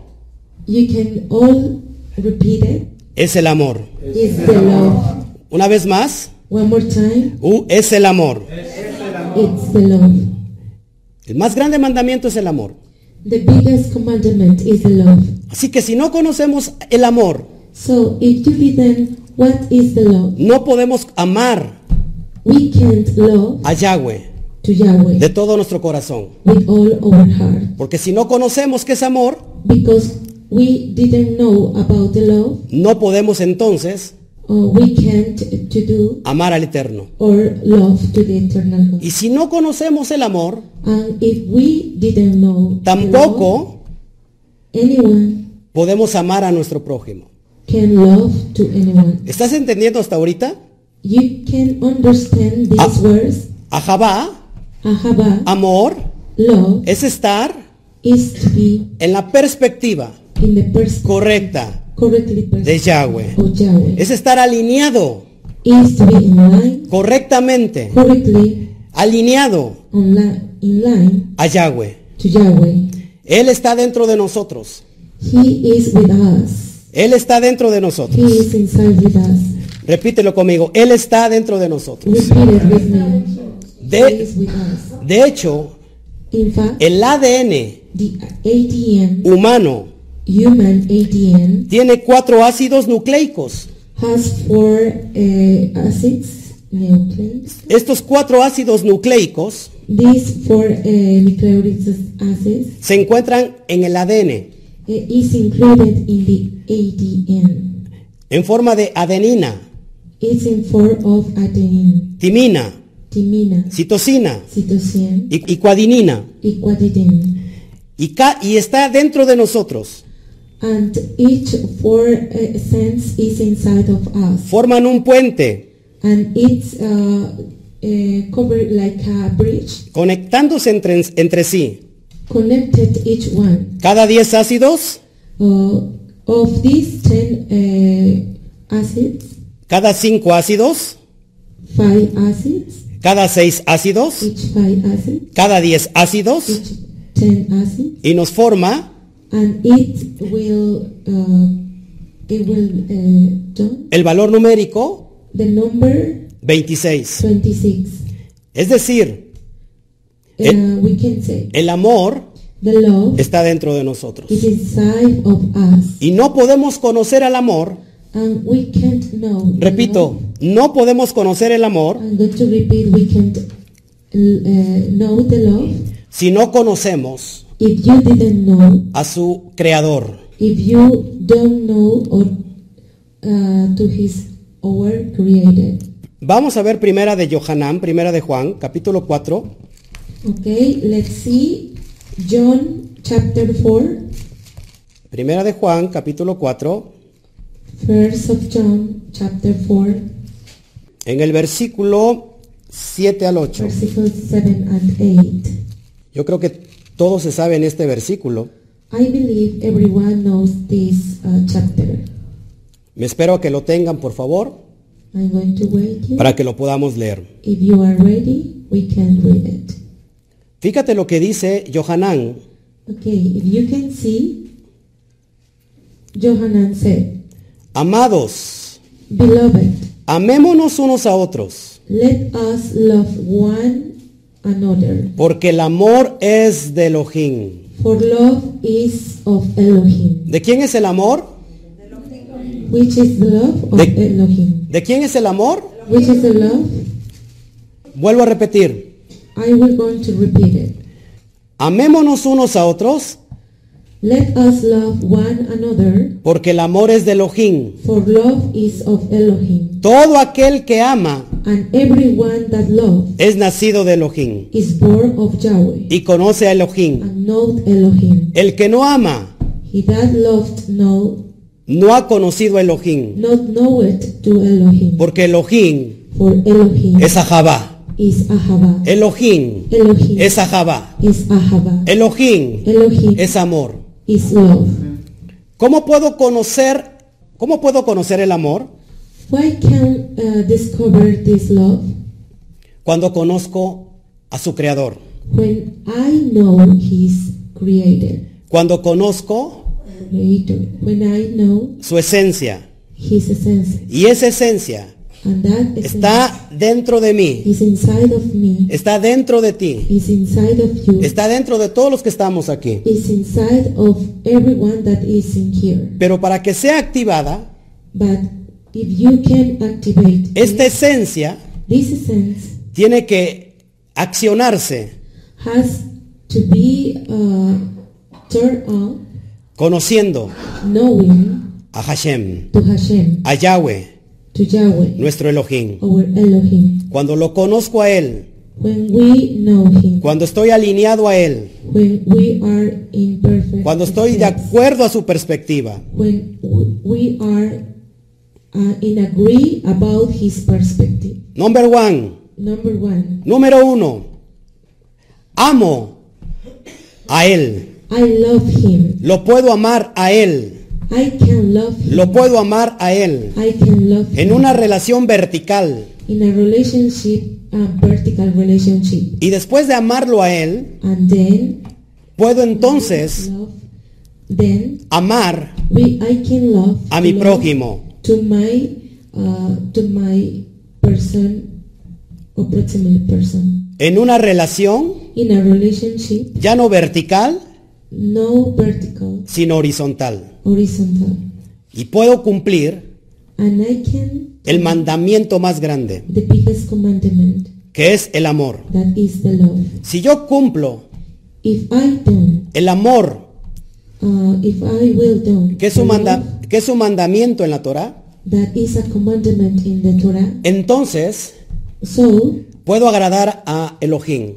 [SPEAKER 2] You can all repeat it.
[SPEAKER 1] es el amor.
[SPEAKER 2] It's the love.
[SPEAKER 1] Una vez más,
[SPEAKER 2] One more time.
[SPEAKER 1] uh, es el amor.
[SPEAKER 2] It's the love.
[SPEAKER 1] El más grande mandamiento es el amor.
[SPEAKER 2] The biggest commandment is the love.
[SPEAKER 1] Así que si no conocemos el amor,
[SPEAKER 2] So if you didn't, what is the love?
[SPEAKER 1] no podemos amar
[SPEAKER 2] We can't love
[SPEAKER 1] a Yahweh
[SPEAKER 2] to Yahweh
[SPEAKER 1] de todo nuestro corazón.
[SPEAKER 2] with all our heart
[SPEAKER 1] Porque si no conocemos qué es amor,
[SPEAKER 2] because we didn't know about the love
[SPEAKER 1] no podemos entonces
[SPEAKER 2] or we can't to do
[SPEAKER 1] amar al Eterno.
[SPEAKER 2] or love to the eternal God.
[SPEAKER 1] Y si no conocemos el amor,
[SPEAKER 2] And if we didn't know the love,
[SPEAKER 1] tampoco
[SPEAKER 2] anyone
[SPEAKER 1] podemos amar a nuestro prójimo.
[SPEAKER 2] can love to anyone.
[SPEAKER 1] ¿Estás entendiendo hasta ahorita?
[SPEAKER 2] You can understand these
[SPEAKER 1] Ah.
[SPEAKER 2] words.
[SPEAKER 1] Ahabá,
[SPEAKER 2] Ahava,
[SPEAKER 1] amor,
[SPEAKER 2] love
[SPEAKER 1] es estar
[SPEAKER 2] is to be
[SPEAKER 1] en la perspectiva
[SPEAKER 2] in the person
[SPEAKER 1] correcta
[SPEAKER 2] correctly
[SPEAKER 1] de
[SPEAKER 2] person
[SPEAKER 1] Yahweh.
[SPEAKER 2] of Yahweh.
[SPEAKER 1] Es estar alineado
[SPEAKER 2] is to be in line,
[SPEAKER 1] correctamente,
[SPEAKER 2] correctly
[SPEAKER 1] alineado
[SPEAKER 2] on li- in line
[SPEAKER 1] a Yahweh.
[SPEAKER 2] to Yahweh.
[SPEAKER 1] Él está dentro de nosotros.
[SPEAKER 2] He is with us.
[SPEAKER 1] Él está dentro de
[SPEAKER 2] He
[SPEAKER 1] nosotros.
[SPEAKER 2] is inside with us.
[SPEAKER 1] Repítelo conmigo. Él está dentro de nosotros.
[SPEAKER 2] Repeat it with me. He
[SPEAKER 1] De,
[SPEAKER 2] is with us.
[SPEAKER 1] de hecho,
[SPEAKER 2] In fact,
[SPEAKER 1] el ADN
[SPEAKER 2] the ATN,
[SPEAKER 1] humano
[SPEAKER 2] human ATN,
[SPEAKER 1] tiene cuatro ácidos nucleicos.
[SPEAKER 2] has four uh, acids, nucleics.
[SPEAKER 1] Estos cuatro ácidos nucleicos
[SPEAKER 2] These four uh, nucleic acids
[SPEAKER 1] se encuentran en el ADN
[SPEAKER 2] uh, is included in the ATN.
[SPEAKER 1] en forma de adenina,
[SPEAKER 2] It's in form of adenine,
[SPEAKER 1] timina,
[SPEAKER 2] timina,
[SPEAKER 1] citosina
[SPEAKER 2] cytosine,
[SPEAKER 1] y, y cuadinina.
[SPEAKER 2] equatidine,
[SPEAKER 1] Y, ca- y está dentro de nosotros.
[SPEAKER 2] and each four uh, sense is inside of us,
[SPEAKER 1] Forman un puente
[SPEAKER 2] and it's uh, uh, covered like a bridge,
[SPEAKER 1] conectándose entre, entre sí.
[SPEAKER 2] connected each one.
[SPEAKER 1] Cada 10 ácidos,
[SPEAKER 2] Uh, of these ten uh, acids,
[SPEAKER 1] cada 5 ácidos,
[SPEAKER 2] five acids,
[SPEAKER 1] cada 6 ácidos,
[SPEAKER 2] each five acid,
[SPEAKER 1] cada 10 ácidos
[SPEAKER 2] each ten acid,
[SPEAKER 1] y nos forma
[SPEAKER 2] and it will uh, it will uh, done
[SPEAKER 1] el valor numérico
[SPEAKER 2] the number
[SPEAKER 1] 26.
[SPEAKER 2] twenty six.
[SPEAKER 1] Es decir,
[SPEAKER 2] Uh, we can say
[SPEAKER 1] el amor
[SPEAKER 2] the love.
[SPEAKER 1] está dentro de nosotros.
[SPEAKER 2] It is inside of us,
[SPEAKER 1] Y no podemos conocer al amor,
[SPEAKER 2] and we can't know.
[SPEAKER 1] repito,
[SPEAKER 2] No?
[SPEAKER 1] no podemos conocer el amor
[SPEAKER 2] I'm going to repeat. We can't uh, know the love
[SPEAKER 1] si no conocemos
[SPEAKER 2] if you didn't know,
[SPEAKER 1] a su creador.
[SPEAKER 2] if you don't know or uh, to His our created.
[SPEAKER 1] Vamos a ver primera de Johanán, primera de Juan, capítulo 4,
[SPEAKER 2] Okay, let's see John chapter four,
[SPEAKER 1] primera de Juan, capítulo 4,
[SPEAKER 2] verse of John chapter four,
[SPEAKER 1] en el versículo 7 al 8.
[SPEAKER 2] versículos seven and eight.
[SPEAKER 1] Yo creo que todos se saben este versículo.
[SPEAKER 2] I believe everyone knows this uh, chapter.
[SPEAKER 1] Me espero a que lo tengan, por favor,
[SPEAKER 2] I'm going to wait you.
[SPEAKER 1] para que lo podamos leer.
[SPEAKER 2] If you are ready, we can read it.
[SPEAKER 1] Fíjate lo que dice Johanán.
[SPEAKER 2] Okay, if you can see, Johanan said,
[SPEAKER 1] Amados,
[SPEAKER 2] Beloved,
[SPEAKER 1] amémonos unos a otros,
[SPEAKER 2] let us love one another,
[SPEAKER 1] porque el amor es de Elohim.
[SPEAKER 2] for love is of Elohim.
[SPEAKER 1] ¿De quién es el amor?
[SPEAKER 2] Which is the love of
[SPEAKER 1] The-
[SPEAKER 2] Elohim?
[SPEAKER 1] ¿De quién es el amor?
[SPEAKER 2] Which is the love?
[SPEAKER 1] Vuelvo a repetir.
[SPEAKER 2] I will going to repeat it.
[SPEAKER 1] Amémonos unos a otros,
[SPEAKER 2] Let us love one another,
[SPEAKER 1] porque el amor es de Elohim.
[SPEAKER 2] for love is of Elohim.
[SPEAKER 1] Todo aquel que ama
[SPEAKER 2] And everyone that loves
[SPEAKER 1] es nacido de Elohim
[SPEAKER 2] is born of Yahweh
[SPEAKER 1] y conoce a Elohim.
[SPEAKER 2] and knows Elohim.
[SPEAKER 1] El que no ama
[SPEAKER 2] He that loved no,
[SPEAKER 1] no ha conocido a Elohim,
[SPEAKER 2] not knoweth to Elohim.
[SPEAKER 1] porque Elohim
[SPEAKER 2] For Elohim
[SPEAKER 1] es Ahabá.
[SPEAKER 2] is Ahava.
[SPEAKER 1] Elohim
[SPEAKER 2] Elohim
[SPEAKER 1] es Ahabá.
[SPEAKER 2] is Ahava.
[SPEAKER 1] Elohim
[SPEAKER 2] Elohim
[SPEAKER 1] es amor.
[SPEAKER 2] is love.
[SPEAKER 1] ¿Cómo puedo conocer, cómo puedo conocer el amor?
[SPEAKER 2] Why can uh, discover this love
[SPEAKER 1] Cuando conozco a su creador,
[SPEAKER 2] when I know His Creator?
[SPEAKER 1] cuando conozco
[SPEAKER 2] Creator. When I know
[SPEAKER 1] su esencia.
[SPEAKER 2] His essence,
[SPEAKER 1] Y esa esencia
[SPEAKER 2] and that essence
[SPEAKER 1] está dentro de mí,
[SPEAKER 2] is inside of me,
[SPEAKER 1] está dentro de ti,
[SPEAKER 2] is inside of you,
[SPEAKER 1] está dentro de todos los que estamos aquí.
[SPEAKER 2] is inside of everyone that is in here.
[SPEAKER 1] Pero para que sea activada,
[SPEAKER 2] But if you can activate
[SPEAKER 1] esta esencia
[SPEAKER 2] this essence,
[SPEAKER 1] tiene que accionarse
[SPEAKER 2] has to be uh, turned on,
[SPEAKER 1] conociendo
[SPEAKER 2] knowing
[SPEAKER 1] a Hashem,
[SPEAKER 2] to Hashem,
[SPEAKER 1] a Yahweh,
[SPEAKER 2] to Yahweh,
[SPEAKER 1] nuestro Elohim.
[SPEAKER 2] our Elohim.
[SPEAKER 1] Cuando lo conozco a Él,
[SPEAKER 2] When we know Him,
[SPEAKER 1] cuando estoy alineado a Él,
[SPEAKER 2] when we are in perfect,
[SPEAKER 1] cuando estoy de
[SPEAKER 2] essence,
[SPEAKER 1] acuerdo a su perspectiva,
[SPEAKER 2] when w- we are uh, in agree about His perspective.
[SPEAKER 1] number one,
[SPEAKER 2] Number one,
[SPEAKER 1] número uno, amo a Él,
[SPEAKER 2] I love Him.
[SPEAKER 1] lo puedo amar a Él,
[SPEAKER 2] I can love Him.
[SPEAKER 1] lo puedo amar a Él,
[SPEAKER 2] I can love
[SPEAKER 1] en
[SPEAKER 2] Him.
[SPEAKER 1] una relación vertical.
[SPEAKER 2] in a relationship, a vertical relationship.
[SPEAKER 1] Y después de amarlo a Él,
[SPEAKER 2] And then
[SPEAKER 1] puedo entonces
[SPEAKER 2] love, then
[SPEAKER 1] amar
[SPEAKER 2] we I can love
[SPEAKER 1] a mi
[SPEAKER 2] love
[SPEAKER 1] prójimo.
[SPEAKER 2] to my uh, to my person or proximate person
[SPEAKER 1] en una relación
[SPEAKER 2] in a relationship
[SPEAKER 1] ya no vertical,
[SPEAKER 2] no vertical
[SPEAKER 1] sino horizontal.
[SPEAKER 2] horizontal
[SPEAKER 1] Y puedo cumplir
[SPEAKER 2] and I can
[SPEAKER 1] el mandamiento más grande,
[SPEAKER 2] the biggest commandment
[SPEAKER 1] que es el amor.
[SPEAKER 2] that is the love
[SPEAKER 1] Si yo cumplo
[SPEAKER 2] if I don't
[SPEAKER 1] el amor,
[SPEAKER 2] uh, if I will don't
[SPEAKER 1] que es, un
[SPEAKER 2] the
[SPEAKER 1] manda-
[SPEAKER 2] love
[SPEAKER 1] que es un mandamiento en la Torah,
[SPEAKER 2] that is a commandment in the Torah
[SPEAKER 1] entonces
[SPEAKER 2] so
[SPEAKER 1] puedo agradar a Elohim,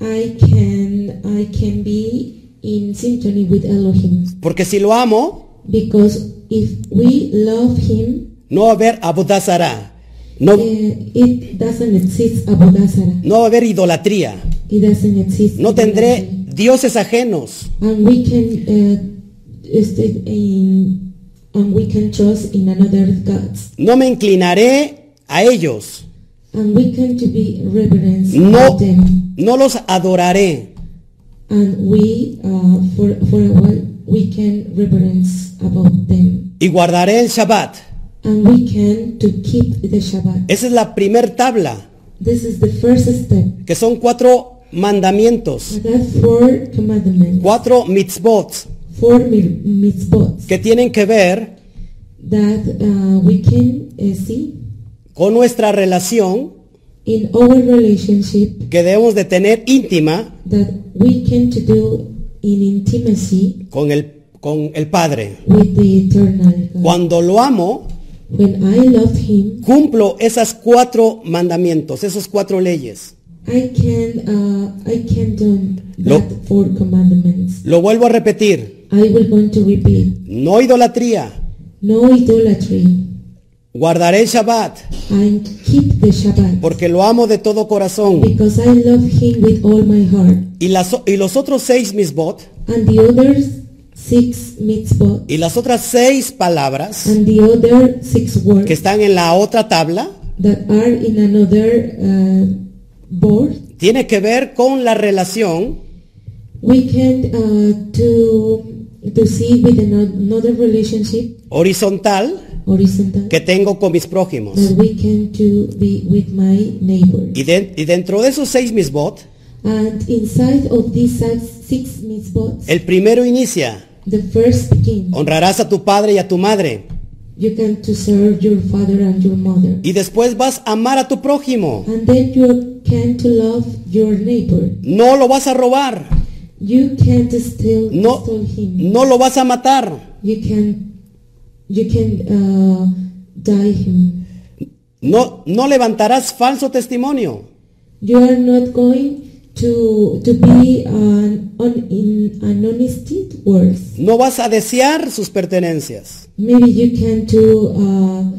[SPEAKER 2] I can I can be in synchrony with Elohim
[SPEAKER 1] porque si lo amo,
[SPEAKER 2] because if we love Him,
[SPEAKER 1] no va a haber abodazara, no,
[SPEAKER 2] eh, it doesn't exist abodazara.
[SPEAKER 1] no va a haber idolatría,
[SPEAKER 2] It doesn't exist.
[SPEAKER 1] no tendré
[SPEAKER 2] idolatry.
[SPEAKER 1] dioses ajenos,
[SPEAKER 2] And we can uh, stay in, and we can trust in another gods,
[SPEAKER 1] no me inclinaré a ellos,
[SPEAKER 2] and we can to be reverence
[SPEAKER 1] No,
[SPEAKER 2] of them,
[SPEAKER 1] no los adoraré,
[SPEAKER 2] and we uh, for for a while we can reverence about them,
[SPEAKER 1] y guardaré el Shabbat.
[SPEAKER 2] and we can to keep the Shabbat.
[SPEAKER 1] Esa es la primer tabla,
[SPEAKER 2] This is the first step.
[SPEAKER 1] que son cuatro mandamientos,
[SPEAKER 2] That's four commandments.
[SPEAKER 1] cuatro mitzvot,
[SPEAKER 2] four mi- mitzvot
[SPEAKER 1] que tienen que ver
[SPEAKER 2] that uh, we can uh, see
[SPEAKER 1] con nuestra relación
[SPEAKER 2] in our relationship
[SPEAKER 1] que debemos de tener íntima
[SPEAKER 2] that we can to do in intimacy
[SPEAKER 1] con el, con el Padre.
[SPEAKER 2] with the eternal God.
[SPEAKER 1] Cuando lo amo,
[SPEAKER 2] When I love Him,
[SPEAKER 1] cumplo esas cuatro mandamientos, esas cuatro leyes.
[SPEAKER 2] I can uh, I can do
[SPEAKER 1] Lo-
[SPEAKER 2] that four commandments.
[SPEAKER 1] Lo vuelvo a repetir,
[SPEAKER 2] I will going to repeat:
[SPEAKER 1] no idolatría,
[SPEAKER 2] no idolatry.
[SPEAKER 1] guardaré el Shabbat,
[SPEAKER 2] I keep the Shabbat
[SPEAKER 1] porque lo amo de todo corazón.
[SPEAKER 2] because I love Him with all my heart.
[SPEAKER 1] Y, las, o- y los otros seis mitzvot,
[SPEAKER 2] And the others six mitzvot
[SPEAKER 1] y las otras seis palabras,
[SPEAKER 2] and the other six
[SPEAKER 1] que
[SPEAKER 2] words
[SPEAKER 1] están en la otra tabla
[SPEAKER 2] that are in another uh, board
[SPEAKER 1] tiene que ver con la relación
[SPEAKER 2] we can uh, to to see with ano- another relationship
[SPEAKER 1] horizontal
[SPEAKER 2] horizontal
[SPEAKER 1] que tengo con mis prójimos.
[SPEAKER 2] that we can to be with my neighbor
[SPEAKER 1] Y, de- y dentro de esos seis misbot,
[SPEAKER 2] and inside of these six, six mitzvot
[SPEAKER 1] el Oh. primero inicia,
[SPEAKER 2] the first begin
[SPEAKER 1] honrarás a tu padre y a tu madre.
[SPEAKER 2] you can to serve your father and your mother
[SPEAKER 1] Y después vas a amar a tu prójimo.
[SPEAKER 2] and then you can to love your neighbor
[SPEAKER 1] No lo vas a robar,
[SPEAKER 2] You can't steal,
[SPEAKER 1] No.
[SPEAKER 2] steal him.
[SPEAKER 1] no lo vas a matar,
[SPEAKER 2] You can you can uh, die him.
[SPEAKER 1] no, no levantarás falso testimonio.
[SPEAKER 2] You are not going to to be an, on in an honesty words.
[SPEAKER 1] No vas a desear sus pertenencias.
[SPEAKER 2] Maybe you can to uh,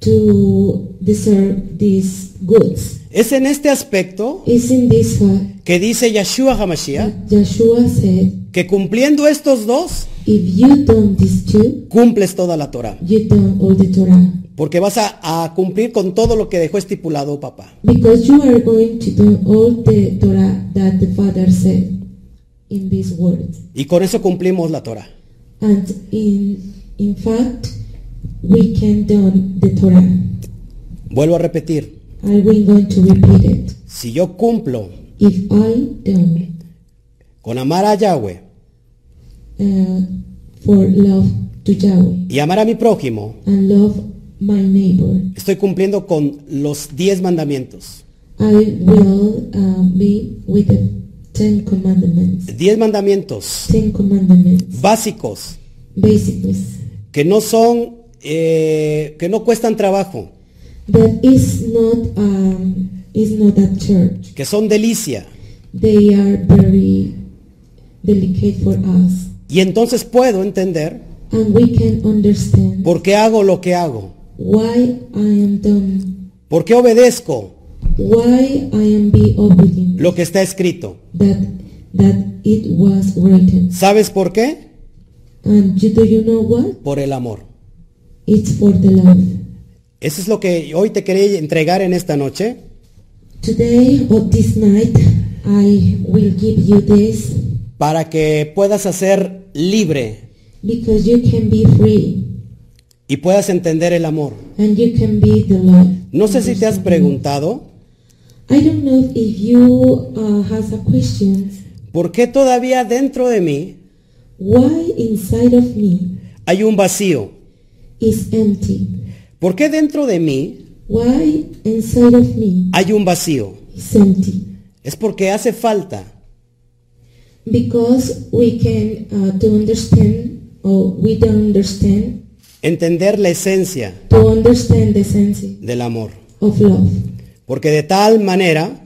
[SPEAKER 2] to deserve these goods.
[SPEAKER 1] Es en este aspecto
[SPEAKER 2] It's in this fact
[SPEAKER 1] que dice Yeshua HaMashiach
[SPEAKER 2] that Joshua said,
[SPEAKER 1] que cumpliendo estos dos,
[SPEAKER 2] if you don't these two,
[SPEAKER 1] cumples toda la Torah.
[SPEAKER 2] you don't all the Torah.
[SPEAKER 1] Porque vas a, a cumplir con todo lo que dejó estipulado papá.
[SPEAKER 2] Because you are going to do all the Torah that the Father said in this world.
[SPEAKER 1] Y con eso cumplimos la Torah.
[SPEAKER 2] And in in fact we can do the Torah.
[SPEAKER 1] Vuelvo a repetir,
[SPEAKER 2] I will going to repeat it.
[SPEAKER 1] si yo cumplo
[SPEAKER 2] If I don't
[SPEAKER 1] con amar a Yahweh
[SPEAKER 2] uh, for love to Yahweh
[SPEAKER 1] y amar a mi prójimo,
[SPEAKER 2] and love my neighbor,
[SPEAKER 1] estoy cumpliendo con los diez mandamientos.
[SPEAKER 2] I will uh, be with the Ten Commandments.
[SPEAKER 1] Diez mandamientos
[SPEAKER 2] Ten Commandments,
[SPEAKER 1] básicos
[SPEAKER 2] basically.
[SPEAKER 1] que no son, eh, que no cuestan trabajo,
[SPEAKER 2] that is not um, is not a church.
[SPEAKER 1] que son delicia.
[SPEAKER 2] They are very delicate for us,
[SPEAKER 1] Y entonces puedo entender
[SPEAKER 2] and we can understand
[SPEAKER 1] por qué hago lo que hago,
[SPEAKER 2] why I am done,
[SPEAKER 1] por qué obedezco
[SPEAKER 2] why I am be obedient.
[SPEAKER 1] lo que está escrito.
[SPEAKER 2] That that it was written,
[SPEAKER 1] ¿Sabes por qué?
[SPEAKER 2] and you, do you know what?
[SPEAKER 1] Por el amor.
[SPEAKER 2] It's for the love.
[SPEAKER 1] Eso es lo que hoy te quería entregar en esta noche.
[SPEAKER 2] Today or this night, I will give you this
[SPEAKER 1] para que puedas hacer libre
[SPEAKER 2] because you can be free
[SPEAKER 1] y puedas entender el amor.
[SPEAKER 2] and you can be the love.
[SPEAKER 1] No sé si te has preguntado
[SPEAKER 2] I don't know if you uh, has a question.
[SPEAKER 1] por qué todavía dentro de mí
[SPEAKER 2] Why inside of me
[SPEAKER 1] hay un vacío.
[SPEAKER 2] is empty?
[SPEAKER 1] ¿Por qué dentro de mí
[SPEAKER 2] Why inside of me
[SPEAKER 1] hay un vacío?
[SPEAKER 2] is empty?
[SPEAKER 1] Es porque hace falta
[SPEAKER 2] Because we can uh, to understand or we don't understand
[SPEAKER 1] entender la esencia
[SPEAKER 2] to understand the sense
[SPEAKER 1] del amor.
[SPEAKER 2] of love.
[SPEAKER 1] Porque de tal manera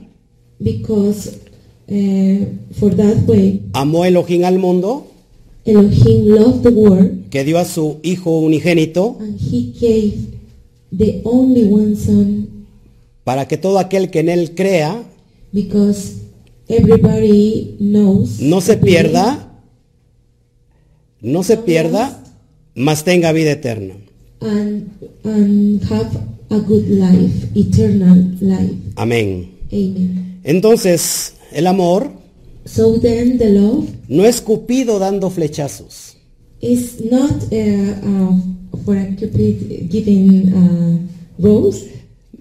[SPEAKER 2] Because uh, for that way
[SPEAKER 1] amó Elohim al mundo
[SPEAKER 2] Elohim loved the world
[SPEAKER 1] que dio a su Hijo unigénito
[SPEAKER 2] and he gave the only one son
[SPEAKER 1] para que todo aquel que en él crea
[SPEAKER 2] because everybody knows
[SPEAKER 1] no se pierda, no se pierda, mas tenga vida eterna.
[SPEAKER 2] and and have a good life, eternal life.
[SPEAKER 1] Amén.
[SPEAKER 2] Amen.
[SPEAKER 1] Entonces, el amor
[SPEAKER 2] So then, the love
[SPEAKER 1] no es Cupido dando flechazos,
[SPEAKER 2] is not uh, uh, for a cupid giving uh, rose.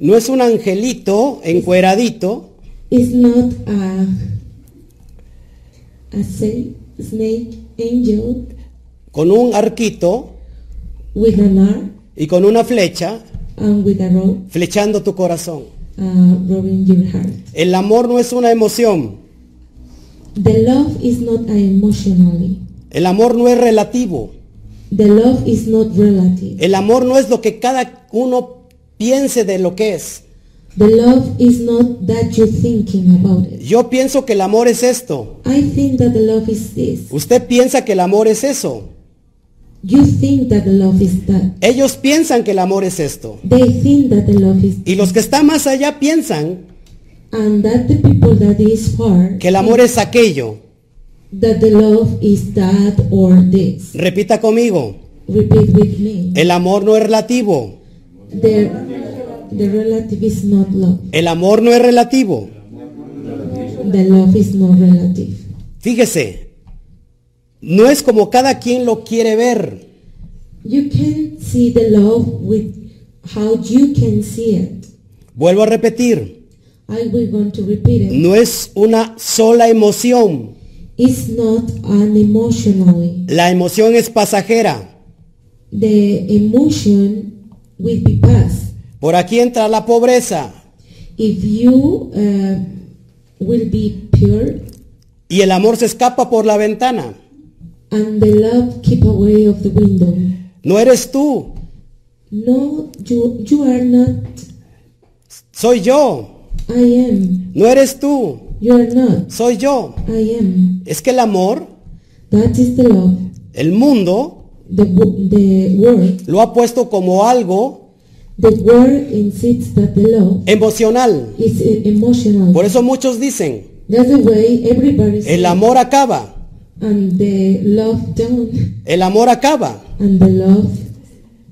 [SPEAKER 1] no es un angelito encueradito
[SPEAKER 2] It's not a a sa- snake angel
[SPEAKER 1] con un arquito
[SPEAKER 2] with an arm
[SPEAKER 1] y con una flecha
[SPEAKER 2] and with a rope
[SPEAKER 1] flechando tu corazón.
[SPEAKER 2] uh, robbing your heart.
[SPEAKER 1] El amor no es una emoción,
[SPEAKER 2] The love is not emotionally.
[SPEAKER 1] el amor no es relativo,
[SPEAKER 2] The love is not relative.
[SPEAKER 1] el amor no es lo que cada uno piense de lo que es.
[SPEAKER 2] The love is not that you're thinking about it.
[SPEAKER 1] Yo pienso que el amor es esto,
[SPEAKER 2] I think that the love is this.
[SPEAKER 1] Usted piensa que el amor es eso.
[SPEAKER 2] You think that the love is that.
[SPEAKER 1] Ellos piensan que el amor es esto.
[SPEAKER 2] They think that the love is
[SPEAKER 1] Y los que están más allá piensan
[SPEAKER 2] and that the people that is far
[SPEAKER 1] que el amor es aquello.
[SPEAKER 2] that the love is that or this.
[SPEAKER 1] Repita conmigo.
[SPEAKER 2] Repeat with me.
[SPEAKER 1] El amor no es relativo.
[SPEAKER 2] The the relative is not love.
[SPEAKER 1] El amor no es relativo.
[SPEAKER 2] The love is not relative.
[SPEAKER 1] Fíjese. No es como cada quien lo quiere ver.
[SPEAKER 2] You can see the love with how you can see it.
[SPEAKER 1] Vuelvo a repetir.
[SPEAKER 2] I will going to repeat it.
[SPEAKER 1] No es una sola emoción.
[SPEAKER 2] It's not an emotionally.
[SPEAKER 1] La emoción es pasajera.
[SPEAKER 2] The emotion will be passed.
[SPEAKER 1] Por aquí entra la pobreza.
[SPEAKER 2] If you uh, will be pure
[SPEAKER 1] Y el amor se escapa por la ventana.
[SPEAKER 2] and the love keep away of the window.
[SPEAKER 1] No eres tú.
[SPEAKER 2] No, you, you are not.
[SPEAKER 1] Soy yo.
[SPEAKER 2] I am.
[SPEAKER 1] No eres tú.
[SPEAKER 2] You are not.
[SPEAKER 1] soy yo.
[SPEAKER 2] I am.
[SPEAKER 1] Es que el amor,
[SPEAKER 2] That is the love.
[SPEAKER 1] el mundo,
[SPEAKER 2] The, wo- the word.
[SPEAKER 1] lo ha puesto como algo
[SPEAKER 2] The word insists that the love
[SPEAKER 1] emocional.
[SPEAKER 2] is e- emotional.
[SPEAKER 1] Por eso muchos dicen,
[SPEAKER 2] That's the way everybody
[SPEAKER 1] el
[SPEAKER 2] sees.
[SPEAKER 1] amor acaba,
[SPEAKER 2] And the love down.
[SPEAKER 1] el amor acaba,
[SPEAKER 2] And the love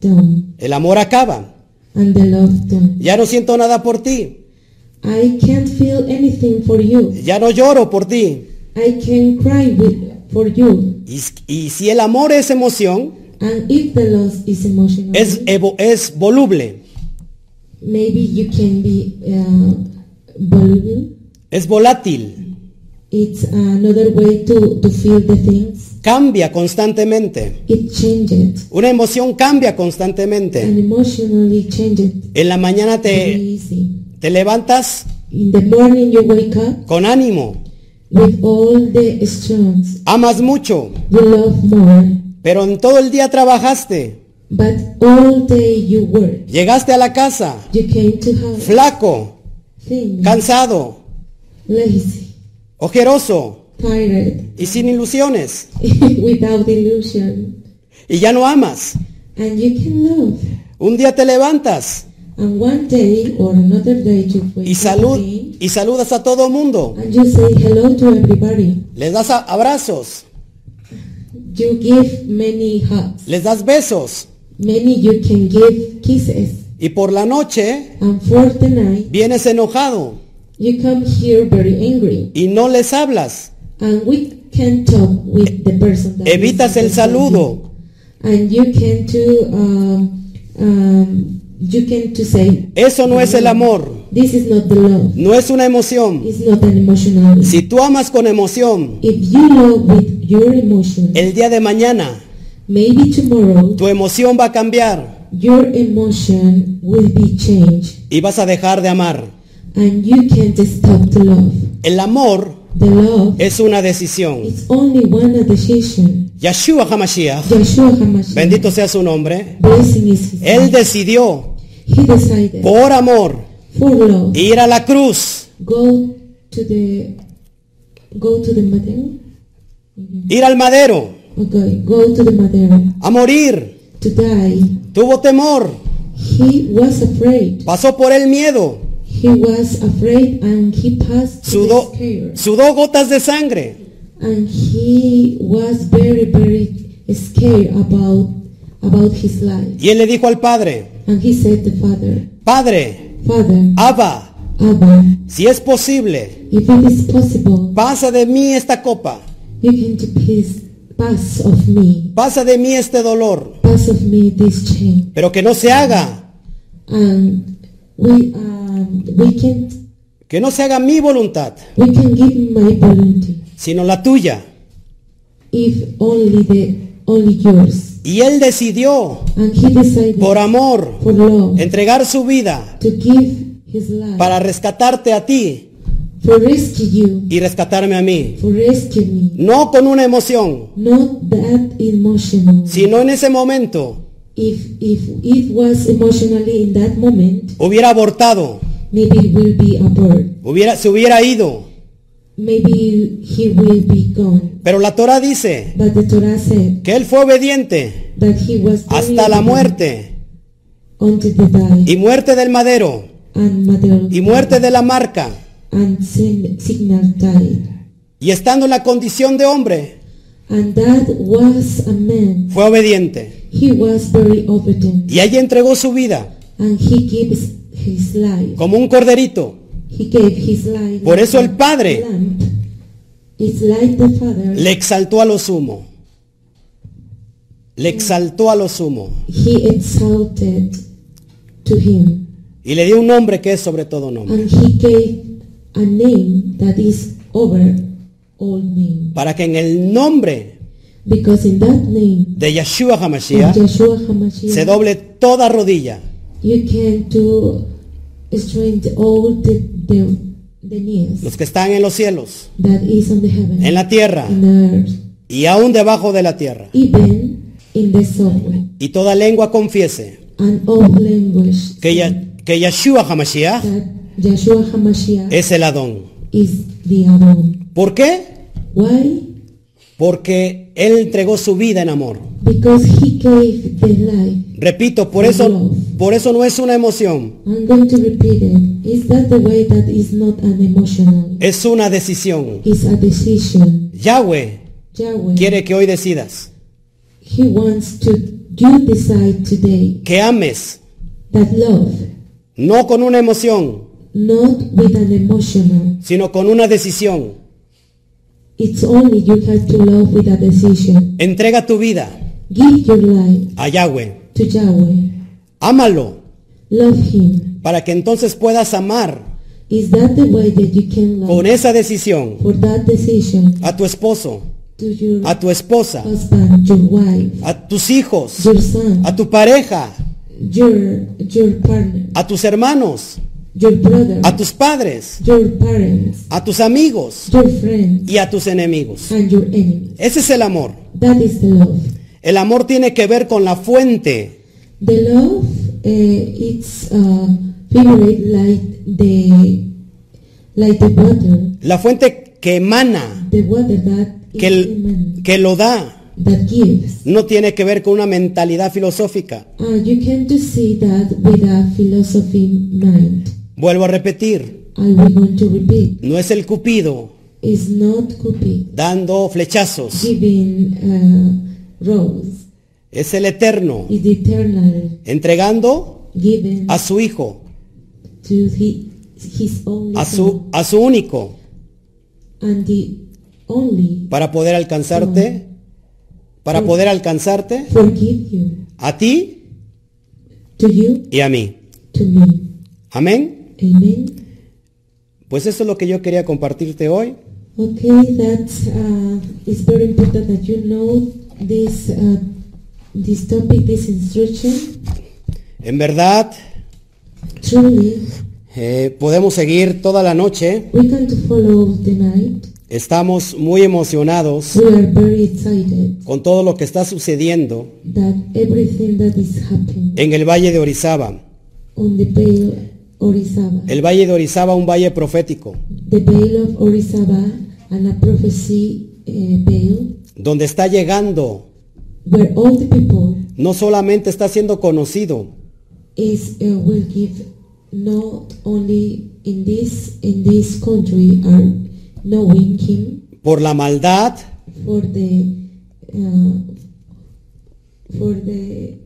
[SPEAKER 2] down.
[SPEAKER 1] el amor acaba.
[SPEAKER 2] And the love down.
[SPEAKER 1] Ya no siento nada por ti,
[SPEAKER 2] I can't feel anything for you.
[SPEAKER 1] ya no lloro por ti.
[SPEAKER 2] I can cry with, for you.
[SPEAKER 1] Y, y si el amor es emoción,
[SPEAKER 2] And if the loss is emotional,
[SPEAKER 1] es, evo- es voluble,
[SPEAKER 2] maybe you can be uh, vulnerable.
[SPEAKER 1] es volátil,
[SPEAKER 2] It's another way to, to feel the things.
[SPEAKER 1] cambia constantemente.
[SPEAKER 2] It changes.
[SPEAKER 1] Una emoción cambia
[SPEAKER 2] And
[SPEAKER 1] constantemente.
[SPEAKER 2] emotionally changes.
[SPEAKER 1] En la mañana
[SPEAKER 2] Very
[SPEAKER 1] te,
[SPEAKER 2] easy.
[SPEAKER 1] te levantas
[SPEAKER 2] In the morning you wake up
[SPEAKER 1] con ánimo,
[SPEAKER 2] with all the strength.
[SPEAKER 1] amas mucho,
[SPEAKER 2] You love more.
[SPEAKER 1] pero en todo el día trabajaste,
[SPEAKER 2] But all day you work.
[SPEAKER 1] llegaste a la casa,
[SPEAKER 2] You came to house.
[SPEAKER 1] flaco,
[SPEAKER 2] Thin,
[SPEAKER 1] cansado,
[SPEAKER 2] lazy,
[SPEAKER 1] ojeroso
[SPEAKER 2] tired,
[SPEAKER 1] y sin ilusiones,
[SPEAKER 2] without illusion.
[SPEAKER 1] y ya no amas.
[SPEAKER 2] And you can love.
[SPEAKER 1] Un día te levantas
[SPEAKER 2] And one day or another day you wake
[SPEAKER 1] y, salud,
[SPEAKER 2] up again,
[SPEAKER 1] y saludas a todo mundo,
[SPEAKER 2] and you say hello to everybody.
[SPEAKER 1] les das a- abrazos,
[SPEAKER 2] You give many hugs.
[SPEAKER 1] les das besos,
[SPEAKER 2] Many you can give kisses.
[SPEAKER 1] y por la noche
[SPEAKER 2] And for the night,
[SPEAKER 1] vienes enojado
[SPEAKER 2] you come here very angry.
[SPEAKER 1] y no les hablas,
[SPEAKER 2] And we can talk with the person that
[SPEAKER 1] evitas
[SPEAKER 2] is
[SPEAKER 1] el saludo,
[SPEAKER 2] And you can to um, um, you can to say
[SPEAKER 1] Eso no es el amor,
[SPEAKER 2] this is not the love.
[SPEAKER 1] no es una emoción.
[SPEAKER 2] It's not an emotional.
[SPEAKER 1] Si tú amas con emoción,
[SPEAKER 2] If you love with your emotion,
[SPEAKER 1] el día de mañana
[SPEAKER 2] maybe tomorrow
[SPEAKER 1] tu emoción va a cambiar
[SPEAKER 2] your emotion will be changed
[SPEAKER 1] y vas a dejar de amar.
[SPEAKER 2] and you can't stop the love.
[SPEAKER 1] El amor
[SPEAKER 2] The love
[SPEAKER 1] es una decisión.
[SPEAKER 2] is only one decision.
[SPEAKER 1] Yeshua HaMashiach,
[SPEAKER 2] Yeshua HaMashiach,
[SPEAKER 1] bendito sea su nombre,
[SPEAKER 2] blessing is his
[SPEAKER 1] él
[SPEAKER 2] name.
[SPEAKER 1] decidió
[SPEAKER 2] He decided
[SPEAKER 1] por amor
[SPEAKER 2] for love
[SPEAKER 1] ir a la cruz,
[SPEAKER 2] go to the go to the Madeira.
[SPEAKER 1] ir al madero,
[SPEAKER 2] Okay, go to the Madeira
[SPEAKER 1] a morir.
[SPEAKER 2] to die.
[SPEAKER 1] Tuvo temor,
[SPEAKER 2] He was afraid.
[SPEAKER 1] pasó por el miedo,
[SPEAKER 2] He was afraid, and he passed through
[SPEAKER 1] sudó,
[SPEAKER 2] the scare.
[SPEAKER 1] sudó gotas de sangre,
[SPEAKER 2] And he was very, very scared about about his life.
[SPEAKER 1] y él le dijo al Padre,
[SPEAKER 2] And he said, "The father,
[SPEAKER 1] Padre,
[SPEAKER 2] father,
[SPEAKER 1] Abba,
[SPEAKER 2] Abba,
[SPEAKER 1] Si es posible,
[SPEAKER 2] if it is possible,
[SPEAKER 1] pasa de mí esta copa,
[SPEAKER 2] you can to pass pass of me,
[SPEAKER 1] pasa de mí este dolor,
[SPEAKER 2] pass of me this chain."
[SPEAKER 1] pero que no se haga,
[SPEAKER 2] and we um, we can
[SPEAKER 1] que no se haga mi voluntad,
[SPEAKER 2] we can give my volunteer
[SPEAKER 1] sino la tuya.
[SPEAKER 2] if only the only yours
[SPEAKER 1] Y él decidió,
[SPEAKER 2] and he decided
[SPEAKER 1] por amor,
[SPEAKER 2] for love
[SPEAKER 1] entregar su vida
[SPEAKER 2] to give his life
[SPEAKER 1] para rescatarte a ti
[SPEAKER 2] for rescue you
[SPEAKER 1] y rescatarme a mí.
[SPEAKER 2] for rescue me
[SPEAKER 1] No con una emoción,
[SPEAKER 2] not that emotional
[SPEAKER 1] sino en ese momento
[SPEAKER 2] if if it was emotionally in that moment
[SPEAKER 1] hubiera abortado,
[SPEAKER 2] maybe it will be abort
[SPEAKER 1] hubiera, se hubiera ido.
[SPEAKER 2] maybe he will be gone
[SPEAKER 1] Pero la Torah dice
[SPEAKER 2] but the Torah said
[SPEAKER 1] que él fue obediente
[SPEAKER 2] that he was
[SPEAKER 1] hasta la
[SPEAKER 2] obedient
[SPEAKER 1] muerte
[SPEAKER 2] unto the die
[SPEAKER 1] y muerte del madero.
[SPEAKER 2] and mother
[SPEAKER 1] y muerte de la marca,
[SPEAKER 2] and sin, signal died.
[SPEAKER 1] y estando en la condición de hombre,
[SPEAKER 2] And that was a man.
[SPEAKER 1] fue obediente.
[SPEAKER 2] He was very obedient
[SPEAKER 1] Y allí entregó su vida
[SPEAKER 2] and he gave his, his life.
[SPEAKER 1] como un corderito.
[SPEAKER 2] He gave his life.
[SPEAKER 1] Por eso el
[SPEAKER 2] like a
[SPEAKER 1] Padre
[SPEAKER 2] lamb. It's like the father.
[SPEAKER 1] le exaltó a lo sumo. Le exaltó a lo sumo.
[SPEAKER 2] he exalted to him
[SPEAKER 1] Y le dio un nombre que es sobre todo nombre.
[SPEAKER 2] and he gave a name that is over all name.
[SPEAKER 1] Para que en el nombre
[SPEAKER 2] Because in that name,
[SPEAKER 1] de Yeshua
[SPEAKER 2] of
[SPEAKER 1] HaMashiach
[SPEAKER 2] Joshua
[SPEAKER 1] se
[SPEAKER 2] HaMashiach,
[SPEAKER 1] doble toda rodilla
[SPEAKER 2] You can do strength all the, the, the knees
[SPEAKER 1] los que están en los cielos,
[SPEAKER 2] that is on the heaven,
[SPEAKER 1] en la tierra
[SPEAKER 2] in the earth,
[SPEAKER 1] y aún debajo de la tierra.
[SPEAKER 2] even in the subway,
[SPEAKER 1] Y toda lengua confiese
[SPEAKER 2] and all language
[SPEAKER 1] que, Ya- que Yeshua HaMashiach
[SPEAKER 2] that Yeshua HaMashiach
[SPEAKER 1] es el Adón.
[SPEAKER 2] is, is the amor.
[SPEAKER 1] ¿Por qué?
[SPEAKER 2] Why?
[SPEAKER 1] Porque Él entregó su vida en amor.
[SPEAKER 2] Because he gave the life.
[SPEAKER 1] Repito, por eso, por eso no es una emoción,
[SPEAKER 2] I'm going to repeat it. Is that the way that is not an emotional?
[SPEAKER 1] es una decisión.
[SPEAKER 2] It's a decision.
[SPEAKER 1] Yahweh
[SPEAKER 2] Yahweh,
[SPEAKER 1] quiere que hoy decidas,
[SPEAKER 2] he wants to you decide today
[SPEAKER 1] que ames,
[SPEAKER 2] that love,
[SPEAKER 1] no con una emoción,
[SPEAKER 2] not with an emotional.
[SPEAKER 1] sino con una decisión.
[SPEAKER 2] It's only you have to love with a decision.
[SPEAKER 1] Entrega tu vida
[SPEAKER 2] Give your life
[SPEAKER 1] a Yahweh.
[SPEAKER 2] to Yahweh.
[SPEAKER 1] Ámalo
[SPEAKER 2] Love him.
[SPEAKER 1] para que entonces puedas amar
[SPEAKER 2] Is that the way that you can love?
[SPEAKER 1] con esa decisión
[SPEAKER 2] For that decision,
[SPEAKER 1] a tu esposo,
[SPEAKER 2] to your
[SPEAKER 1] a tu esposa,
[SPEAKER 2] husband, your wife,
[SPEAKER 1] a tus hijos,
[SPEAKER 2] your son,
[SPEAKER 1] a tu pareja,
[SPEAKER 2] your your partner,
[SPEAKER 1] a tus hermanos,
[SPEAKER 2] your brother,
[SPEAKER 1] a tus padres,
[SPEAKER 2] your parents,
[SPEAKER 1] a tus amigos
[SPEAKER 2] your friends,
[SPEAKER 1] y a tus enemigos.
[SPEAKER 2] and your enemy.
[SPEAKER 1] Ese es el amor.
[SPEAKER 2] That is the love.
[SPEAKER 1] El amor tiene que ver con la fuente.
[SPEAKER 2] The love, uh, it's uh, figurate like the like the water,
[SPEAKER 1] La fuente que emana,
[SPEAKER 2] the water that is
[SPEAKER 1] que, el-
[SPEAKER 2] human,
[SPEAKER 1] que lo da,
[SPEAKER 2] that gives.
[SPEAKER 1] no tiene que ver con una mentalidad filosófica.
[SPEAKER 2] Uh, you can to see that with a philosophy mind.
[SPEAKER 1] Vuelvo a repetir,
[SPEAKER 2] I will going to repeat.
[SPEAKER 1] no es el cupido
[SPEAKER 2] It's not copy
[SPEAKER 1] dando flechazos,
[SPEAKER 2] giving uh, rose.
[SPEAKER 1] es el eterno
[SPEAKER 2] It's eternal
[SPEAKER 1] entregando
[SPEAKER 2] given
[SPEAKER 1] a su hijo,
[SPEAKER 2] to he, his only
[SPEAKER 1] a
[SPEAKER 2] son
[SPEAKER 1] su, a su único,
[SPEAKER 2] and the only
[SPEAKER 1] para poder alcanzarte, para poder alcanzarte
[SPEAKER 2] forgive you.
[SPEAKER 1] a ti
[SPEAKER 2] to you,
[SPEAKER 1] y a mí.
[SPEAKER 2] to me.
[SPEAKER 1] Amén.
[SPEAKER 2] Amen.
[SPEAKER 1] Pues eso es lo que yo quería compartirte hoy.
[SPEAKER 2] Okay, that uh, is very important that you know this uh, this topic, this instruction.
[SPEAKER 1] En verdad,
[SPEAKER 2] Truly,
[SPEAKER 1] eh, podemos seguir toda la noche.
[SPEAKER 2] we can to follow the night.
[SPEAKER 1] Estamos muy emocionados
[SPEAKER 2] We are very excited
[SPEAKER 1] con todo lo que está sucediendo
[SPEAKER 2] that everything that is happening
[SPEAKER 1] en el Valle de Orizaba.
[SPEAKER 2] on the Vale of Orizaba,
[SPEAKER 1] El Valle de Orizaba, un valle profético,
[SPEAKER 2] the Vale of Orizaba, and a prophecy uh, veil
[SPEAKER 1] donde está llegando,
[SPEAKER 2] where all the people
[SPEAKER 1] no solamente está siendo conocido,
[SPEAKER 2] is uh, will give not only in this in this country are knowing him
[SPEAKER 1] por la maldad,
[SPEAKER 2] for the uh, for the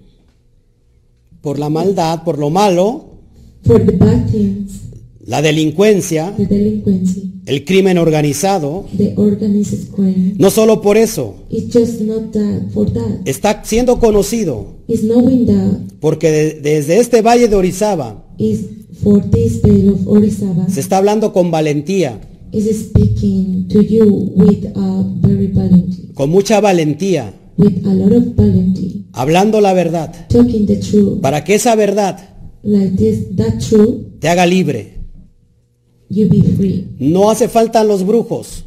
[SPEAKER 1] por la maldad, por lo malo,
[SPEAKER 2] for the bad things,
[SPEAKER 1] la delincuencia,
[SPEAKER 2] the delinquency,
[SPEAKER 1] el crimen organizado.
[SPEAKER 2] the organized crime.
[SPEAKER 1] No solo por eso,
[SPEAKER 2] It's just not that for that.
[SPEAKER 1] está siendo conocido
[SPEAKER 2] It's knowing that
[SPEAKER 1] porque de- desde este Valle de Orizaba
[SPEAKER 2] is for this Vale of Orizaba
[SPEAKER 1] se está hablando con valentía,
[SPEAKER 2] is speaking to you with a very valentine,
[SPEAKER 1] con mucha valentía,
[SPEAKER 2] with a lot of valentine,
[SPEAKER 1] hablando la verdad,
[SPEAKER 2] talking the truth.
[SPEAKER 1] para que esa verdad
[SPEAKER 2] like this that true
[SPEAKER 1] te haga libre.
[SPEAKER 2] you be free
[SPEAKER 1] No hace falta los brujos,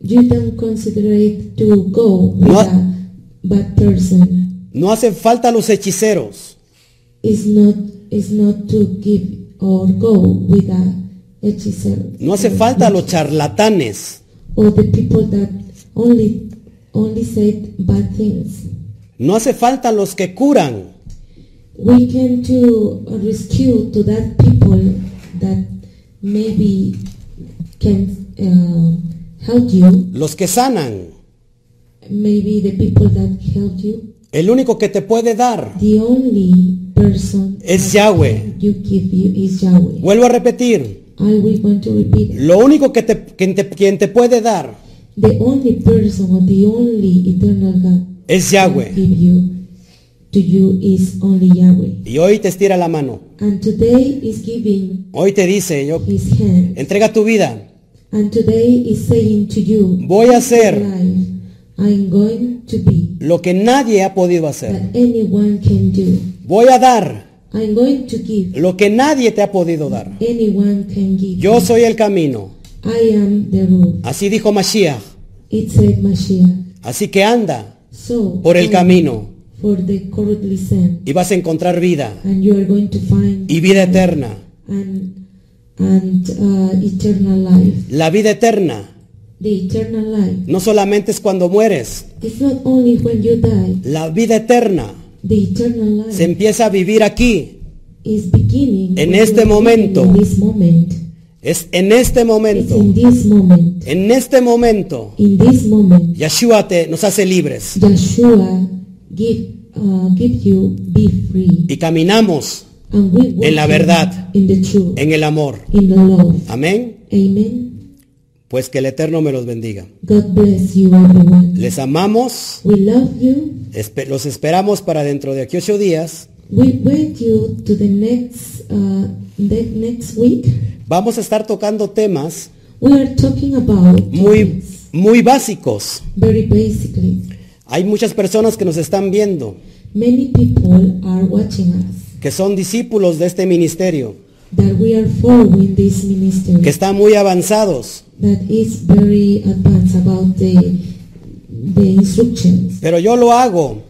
[SPEAKER 2] you don't consider it to go with
[SPEAKER 1] What?
[SPEAKER 2] a bad person
[SPEAKER 1] no hace falta los hechiceros,
[SPEAKER 2] it's not it's not to give or go with a hechicer
[SPEAKER 1] no hace falta los charlatanes,
[SPEAKER 2] or the people that only only said bad things
[SPEAKER 1] no hace falta los que curan,
[SPEAKER 2] we can to rescue to that people that maybe can uh, help you
[SPEAKER 1] los que sanan.
[SPEAKER 2] maybe the people that help you
[SPEAKER 1] El único que te puede dar
[SPEAKER 2] The only person
[SPEAKER 1] es Yahweh.
[SPEAKER 2] you give you is Yahweh.
[SPEAKER 1] Vuelvo a repetir,
[SPEAKER 2] I will want to repeat. it.
[SPEAKER 1] lo único que te- quien te- quien te puede dar
[SPEAKER 2] The only person or the only eternal God
[SPEAKER 1] es
[SPEAKER 2] I
[SPEAKER 1] Yahweh.
[SPEAKER 2] give you to you is only Yahweh.
[SPEAKER 1] Y hoy te estira la mano.
[SPEAKER 2] And today is giving
[SPEAKER 1] Hoy te dice, yo
[SPEAKER 2] his hand.
[SPEAKER 1] entrega tu vida.
[SPEAKER 2] And today is saying to you,
[SPEAKER 1] Voy a
[SPEAKER 2] your
[SPEAKER 1] hacer
[SPEAKER 2] life, I'm going to be
[SPEAKER 1] lo que nadie ha podido hacer.
[SPEAKER 2] that anyone can do.
[SPEAKER 1] Voy a dar
[SPEAKER 2] I'm going to give
[SPEAKER 1] lo que nadie te ha podido dar.
[SPEAKER 2] anyone can give.
[SPEAKER 1] Yo soy el camino.
[SPEAKER 2] I am the rule.
[SPEAKER 1] Así dijo Mashiach.
[SPEAKER 2] It said Mashiach.
[SPEAKER 1] Así que anda
[SPEAKER 2] So
[SPEAKER 1] por el
[SPEAKER 2] I-
[SPEAKER 1] camino
[SPEAKER 2] for the corruptly sin,
[SPEAKER 1] y vas a encontrar vida
[SPEAKER 2] and you are going to find
[SPEAKER 1] y vida eterna.
[SPEAKER 2] and and uh, eternal life.
[SPEAKER 1] La vida eterna
[SPEAKER 2] The eternal life.
[SPEAKER 1] no solamente es cuando mueres,
[SPEAKER 2] It's not only when you die.
[SPEAKER 1] la vida eterna
[SPEAKER 2] The eternal life
[SPEAKER 1] se empieza a vivir aquí,
[SPEAKER 2] is beginning
[SPEAKER 1] En
[SPEAKER 2] when
[SPEAKER 1] este
[SPEAKER 2] you are living
[SPEAKER 1] momento.
[SPEAKER 2] In this moment.
[SPEAKER 1] es en este
[SPEAKER 2] It's
[SPEAKER 1] momento,
[SPEAKER 2] in this moment.
[SPEAKER 1] en este momento,
[SPEAKER 2] In this moment,
[SPEAKER 1] Yeshua te, nos hace libres
[SPEAKER 2] Joshua give uh, give you be free,
[SPEAKER 1] y caminamos
[SPEAKER 2] and we walk
[SPEAKER 1] En la verdad.
[SPEAKER 2] in the truth,
[SPEAKER 1] en el amor.
[SPEAKER 2] in the love.
[SPEAKER 1] Amén.
[SPEAKER 2] Amen.
[SPEAKER 1] Pues que el Eterno me los bendiga.
[SPEAKER 2] God bless you, everyone.
[SPEAKER 1] Les amamos,
[SPEAKER 2] We love you.
[SPEAKER 1] espe- los esperamos para dentro de aquí ocho días.
[SPEAKER 2] We wait you to the next uh, the next week.
[SPEAKER 1] Vamos a estar tocando temas
[SPEAKER 2] We are talking about
[SPEAKER 1] muy,
[SPEAKER 2] topics,
[SPEAKER 1] muy básicos.
[SPEAKER 2] very basically.
[SPEAKER 1] Hay muchas personas que nos están viendo,
[SPEAKER 2] Many people are watching us
[SPEAKER 1] que son discípulos de este ministerio,
[SPEAKER 2] that we are following this ministry
[SPEAKER 1] que están muy avanzados,
[SPEAKER 2] that is very advanced about the the instructions.
[SPEAKER 1] pero yo lo hago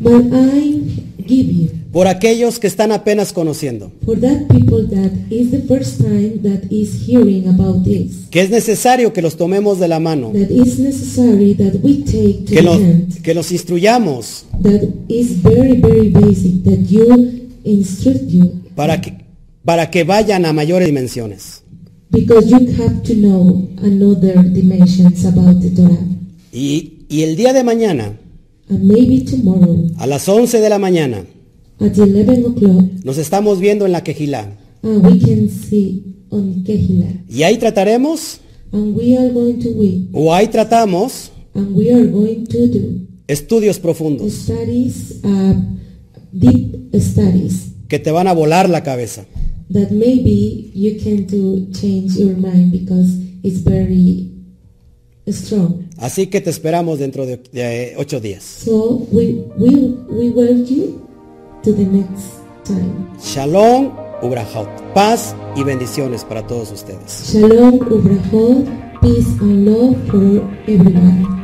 [SPEAKER 2] But I give you
[SPEAKER 1] por aquellos que están apenas conociendo,
[SPEAKER 2] for that people that is the first time that is hearing about this.
[SPEAKER 1] que es necesario que los tomemos de la mano,
[SPEAKER 2] That is necessary that we take
[SPEAKER 1] que
[SPEAKER 2] to the
[SPEAKER 1] los,
[SPEAKER 2] hand.
[SPEAKER 1] que los instruyamos
[SPEAKER 2] that is very very basic that you instruct you
[SPEAKER 1] para que, para que vayan a mayores dimensiones.
[SPEAKER 2] because you have to know another dimensions about the Torah
[SPEAKER 1] Y, y el día de mañana,
[SPEAKER 2] and maybe tomorrow
[SPEAKER 1] a las 11 de la mañana,
[SPEAKER 2] at 11 o'clock
[SPEAKER 1] nos estamos viendo en la Quejilá.
[SPEAKER 2] uh, we can see on Kehila
[SPEAKER 1] Y ahí trataremos,
[SPEAKER 2] and we are going to we
[SPEAKER 1] o ahí tratamos,
[SPEAKER 2] and we are going to do
[SPEAKER 1] estudios profundos
[SPEAKER 2] studies uh, deep studies
[SPEAKER 1] que te van a volar la cabeza.
[SPEAKER 2] that maybe you can do change your mind because it's very strong
[SPEAKER 1] Así que te esperamos dentro de, de, eh, ocho días.
[SPEAKER 2] So we will we welcome you to the next time.
[SPEAKER 1] Shalom, Ubrahot. Paz y bendiciones para todos ustedes.
[SPEAKER 2] Shalom, ubrahot, peace and love for everyone.